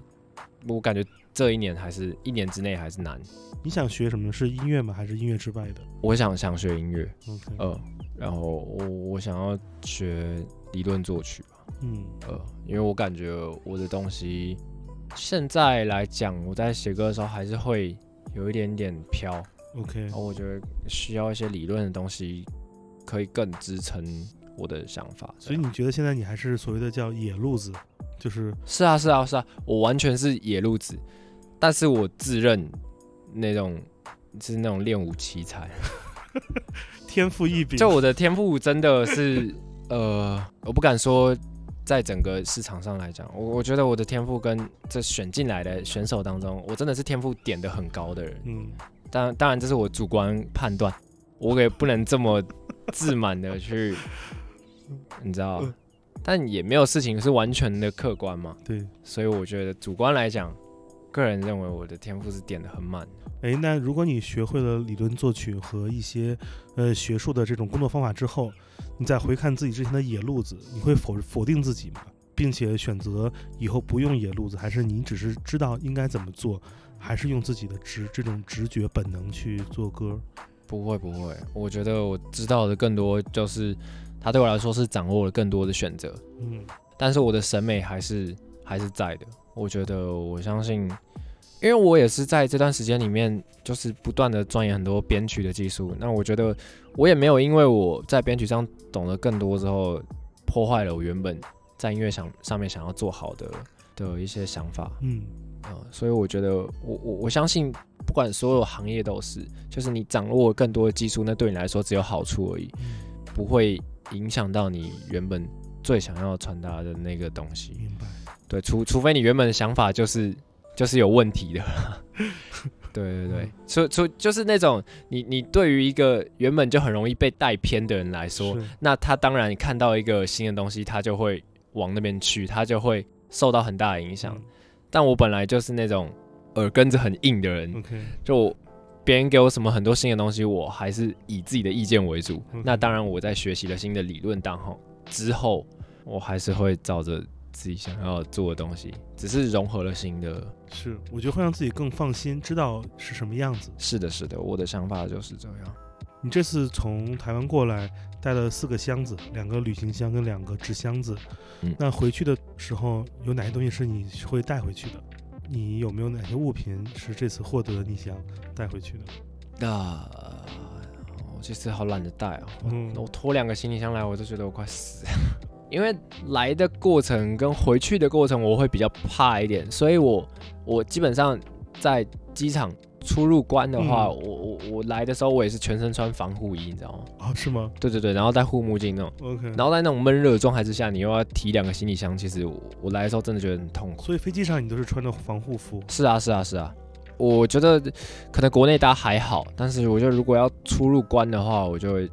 [SPEAKER 3] 我感觉这一年还是一年之内还是难。
[SPEAKER 2] 你想学什么？是音乐吗？还是音乐之外的
[SPEAKER 3] 我想想学音乐，
[SPEAKER 2] ？OK，、
[SPEAKER 3] 呃，然后我我想要学理论作曲吧，
[SPEAKER 2] 嗯
[SPEAKER 3] 呃，因为我感觉我的东西现在来讲，我在写歌的时候还是会有一点点飘，
[SPEAKER 2] ，OK，
[SPEAKER 3] 然后我觉得需要一些理论的东西可以更支撑我的想法。
[SPEAKER 2] 所以你觉得现在你还是所谓的叫野路子，就是
[SPEAKER 3] 是啊，是啊，是啊，我完全是野路子，但是我自认那种是那种练武奇才，
[SPEAKER 2] 天赋异禀。
[SPEAKER 3] 就我的天赋真的是， [laughs] 呃，我不敢说，在整个市场上来讲，我我觉得我的天赋跟这选进来的选手当中，我真的是天赋点的很高的人，
[SPEAKER 2] 嗯，
[SPEAKER 3] 当当然这是我主观判断，我也不能这么自满的去，你知道
[SPEAKER 2] 嗯，
[SPEAKER 3] 但也没有事情是完全的客观嘛。
[SPEAKER 2] 对。
[SPEAKER 3] 所以我觉得主观来讲，个人认为我的天赋是点的很满。
[SPEAKER 2] 诶，那如果你学会了理论作曲和一些呃学术的这种工作方法之后，你再回看自己之前的野路子，你会否否定自己吗？并且选择以后不用野路子，还是你只是知道应该怎么做，还是用自己的直这种直觉本能去做歌？
[SPEAKER 3] 不会不会，我觉得我知道的更多就是，他对我来说是掌握了更多的选择，
[SPEAKER 2] 嗯
[SPEAKER 3] 但是我的审美还是还是在的。我觉得我相信，因为我也是在这段时间里面，就是不断的钻研很多编曲的技术。那我觉得我也没有因为我在编曲上懂得更多之后，破坏了我原本在音乐想上面想要做好的的一些想法。
[SPEAKER 2] 嗯
[SPEAKER 3] 啊、所以我觉得我我我相信，不管所有行业都是，就是你掌握更多的技术，那对你来说只有好处而已，不会影响到你原本最想要传达的那个东西。
[SPEAKER 2] 明白。
[SPEAKER 3] 对，除除非你原本的想法就是就是有问题的。 [laughs] 对对对，除除就是那种你你对于一个原本就很容易被带偏的人来说，
[SPEAKER 2] 是
[SPEAKER 3] 那他当然看到一个新的东西，他就会往那边去，他就会受到很大的影响。但我本来就是那种耳根子很硬的
[SPEAKER 2] 嗯
[SPEAKER 3] 人，
[SPEAKER 2] OK，
[SPEAKER 3] 就我别人给我什么很多新的东西，我还是以自己的意见为主
[SPEAKER 2] OK。
[SPEAKER 3] 那当然，我在学习了新的理论当后之后，我还是会照着自己想要做的东西，只是融合了新的。
[SPEAKER 2] 是，我觉得会让自己更放心，知道是什么样子。
[SPEAKER 3] 是的，是的，我的想法就是这样。
[SPEAKER 2] 你这次从台湾过来，带了四个箱子，两个旅行箱跟两个纸箱子。
[SPEAKER 3] 嗯
[SPEAKER 2] 那回去的时候，有哪些东西是你会带回去的？你有没有哪些物品是这次获得的你想带回去的？
[SPEAKER 3] 那、呃我这次好懒得带哦，
[SPEAKER 2] 嗯
[SPEAKER 3] 我拖两个行李箱来，我都觉得我快死了。 [laughs] 因为来的过程跟回去的过程，我会比较怕一点，所以我我基本上在机场出入关的话，
[SPEAKER 2] 嗯
[SPEAKER 3] 我我我来的时候我也是全身穿防护衣，你知道吗？
[SPEAKER 2] 哦，是吗
[SPEAKER 3] 对对对，然后戴护目镜那种，
[SPEAKER 2] ？OK。
[SPEAKER 3] 然后在那种闷热的状态之下，你又要提两个行李箱，其实我我来的时候真的觉得很痛苦。
[SPEAKER 2] 所以飞机上你都是穿的防护服。
[SPEAKER 3] 是啊，是啊，是啊。我觉得可能国内大家还好，但是我觉得如果要出入关的话，我就会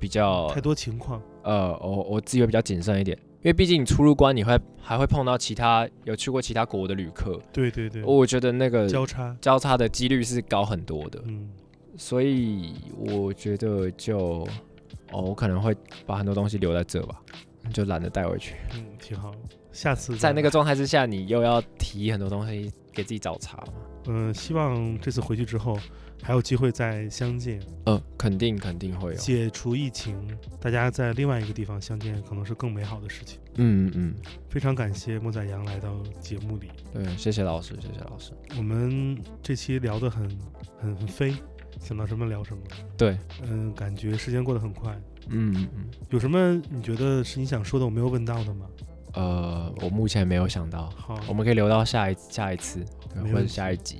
[SPEAKER 3] 比较
[SPEAKER 2] 太多情况，
[SPEAKER 3] 呃，我我自己会比较谨慎一点，因为毕竟你出入关，你会还会碰到其他有去过其他国的旅客，
[SPEAKER 2] 对对对，
[SPEAKER 3] 我觉得那个
[SPEAKER 2] 交叉，
[SPEAKER 3] 交叉的几率是高很多的，
[SPEAKER 2] 嗯，
[SPEAKER 3] 所以我觉得就哦，我可能会把很多东西留在这吧，就懒得带回去。
[SPEAKER 2] 嗯，挺好。下次
[SPEAKER 3] 在那
[SPEAKER 2] 个。
[SPEAKER 3] 个状态之下，你又要提很多东西给自己找茬嘛，
[SPEAKER 2] 嗯，希望这次回去之后还有机会再相见，
[SPEAKER 3] 嗯，肯定肯定会有，
[SPEAKER 2] 解除疫情，大家在另外一个地方相见，可能是更美好的事情。
[SPEAKER 3] 嗯嗯，
[SPEAKER 2] 非常感谢莫宰阳来到节目里，
[SPEAKER 3] 对，谢谢老师，谢谢老师，
[SPEAKER 2] 我们这期聊得很很很飞，想到什么聊什么。
[SPEAKER 3] 对，
[SPEAKER 2] 嗯，感觉时间过得很快。
[SPEAKER 3] 嗯嗯嗯，
[SPEAKER 2] 有什么你觉得是你想说的我没有问到的吗？
[SPEAKER 3] 呃，我目前没有想到。
[SPEAKER 2] 好，
[SPEAKER 3] 我们可以留到下一下一次，对
[SPEAKER 2] 没
[SPEAKER 3] 或
[SPEAKER 2] 问
[SPEAKER 3] 者
[SPEAKER 2] 题
[SPEAKER 3] 下一集。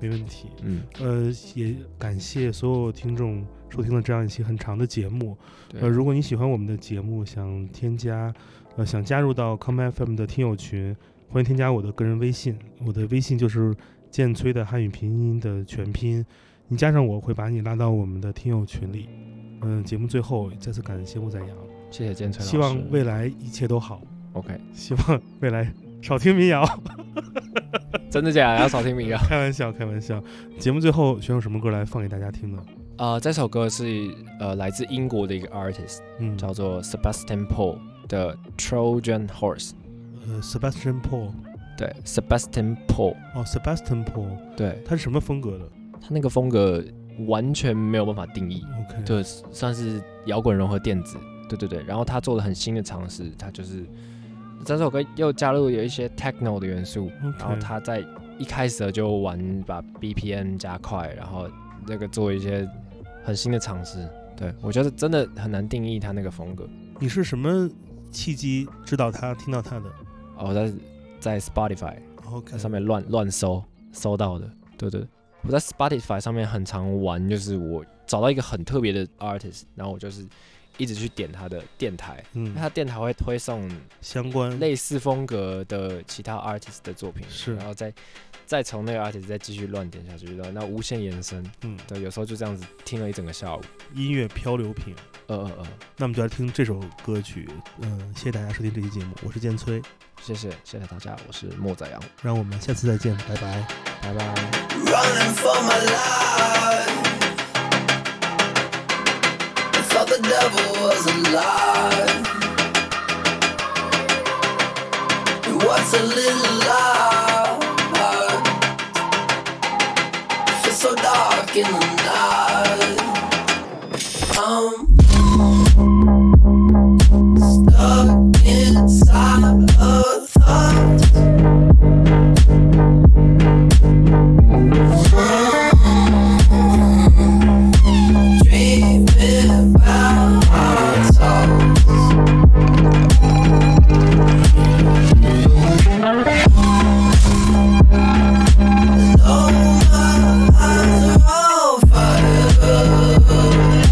[SPEAKER 2] 没问题。
[SPEAKER 3] 嗯，
[SPEAKER 2] 呃，也感谢所有听众收听了这样一期很长的节目。
[SPEAKER 3] 对
[SPEAKER 2] 呃，如果你喜欢我们的节目，想添加，呃，想加入到 Come FM 的听友群，欢迎添加我的个人微信，我的微信就是建崔的汉语拼音的全拼，你加上我会把你拉到我们的听友群里。嗯、节目最后再次感谢莫宰阳，
[SPEAKER 3] 谢谢建成老师。
[SPEAKER 2] 希望未来一切都好，
[SPEAKER 3] OK，
[SPEAKER 2] 希望未来少听民谣，
[SPEAKER 3] 真的假的？要少听啊民谣
[SPEAKER 2] 开玩笑，开玩笑。节目最后选首什么歌来放给大家听呢？
[SPEAKER 3] [laughs] 呃，这首歌是呃来自英国的一个 artist
[SPEAKER 2] 嗯，
[SPEAKER 3] 叫做 Sebastian Paul 的 Trojan Horse。
[SPEAKER 2] 呃 Sebastian Paul，
[SPEAKER 3] 对，Sebastian Paul，
[SPEAKER 2] 哦 Sebastian Paul，
[SPEAKER 3] 对
[SPEAKER 2] 他是什么风格的
[SPEAKER 3] 他那个风格完全没有办法定义，
[SPEAKER 2] ？OK，
[SPEAKER 3] 对，算是摇滚融合电子。对对对，然后他做了很新的尝试，他就是这首歌又加入有一些 techno 的元素，
[SPEAKER 2] ，OK，
[SPEAKER 3] 然后他在一开始就玩把 BPM 加快，然后那个做一些很新的尝试。对我觉得真的很难定义他那个风格。
[SPEAKER 2] 你是什么契机知道他、听到他的
[SPEAKER 3] 哦，我在在 Spotify
[SPEAKER 2] ？OK，
[SPEAKER 3] 上面乱乱搜搜到的，对对。我在 Spotify 上面很常玩，就是我找到一个很特别的 artist，然后我就是一直去点他的电台，因
[SPEAKER 2] 嗯
[SPEAKER 3] 为，他电台会推送
[SPEAKER 2] 相关
[SPEAKER 3] 类似风格的其他 artist 的作品，
[SPEAKER 2] 是
[SPEAKER 3] 然后再再从那个 artist 再继续乱点下去，然后那无限延伸，
[SPEAKER 2] 嗯
[SPEAKER 3] 对，有时候就这样子听了一整个下午。
[SPEAKER 2] 音乐漂流瓶。
[SPEAKER 3] 呃呃呃，
[SPEAKER 2] 那我们就来听这首歌曲，嗯、谢谢大家收听这期节目，我是建崔，
[SPEAKER 3] 谢谢谢谢大家，我是莫仔阳，
[SPEAKER 2] 让我们下次再见，拜拜。
[SPEAKER 3] 拜拜。
[SPEAKER 8] running for my life. I thought the devil was alive. What's a little lie? It's so dark in the night. I'm stuck inside a thought. Dreaming about our souls. No, my eyes are on fire.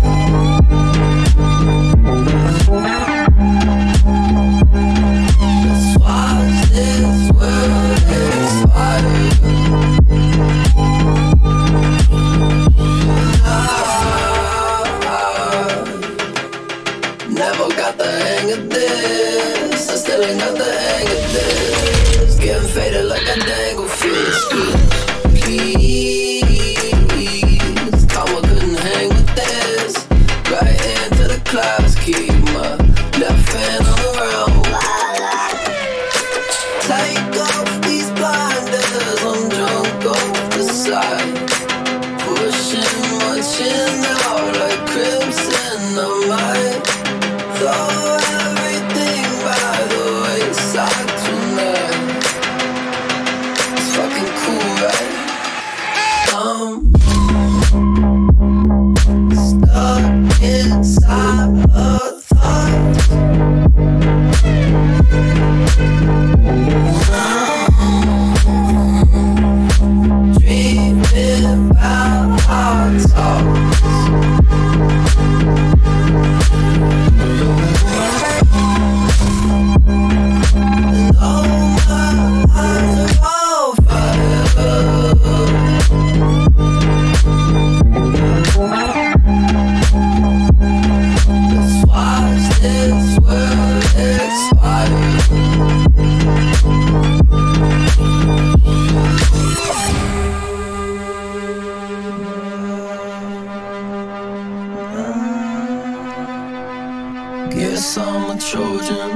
[SPEAKER 4] chosen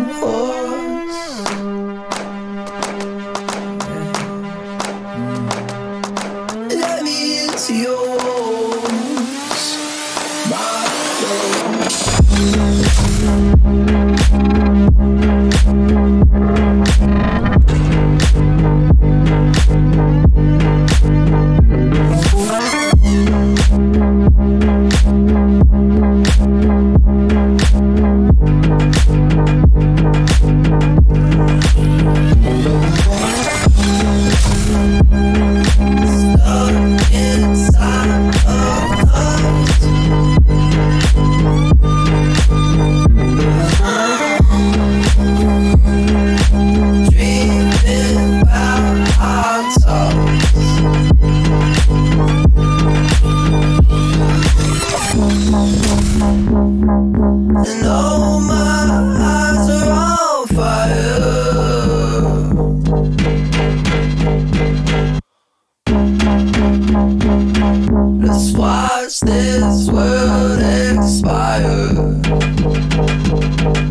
[SPEAKER 4] ones. Let me into yours, my love. Stuck inside of us. Dreaming about our toes. And oh, my eyes are on fire. Let's watch this world expire.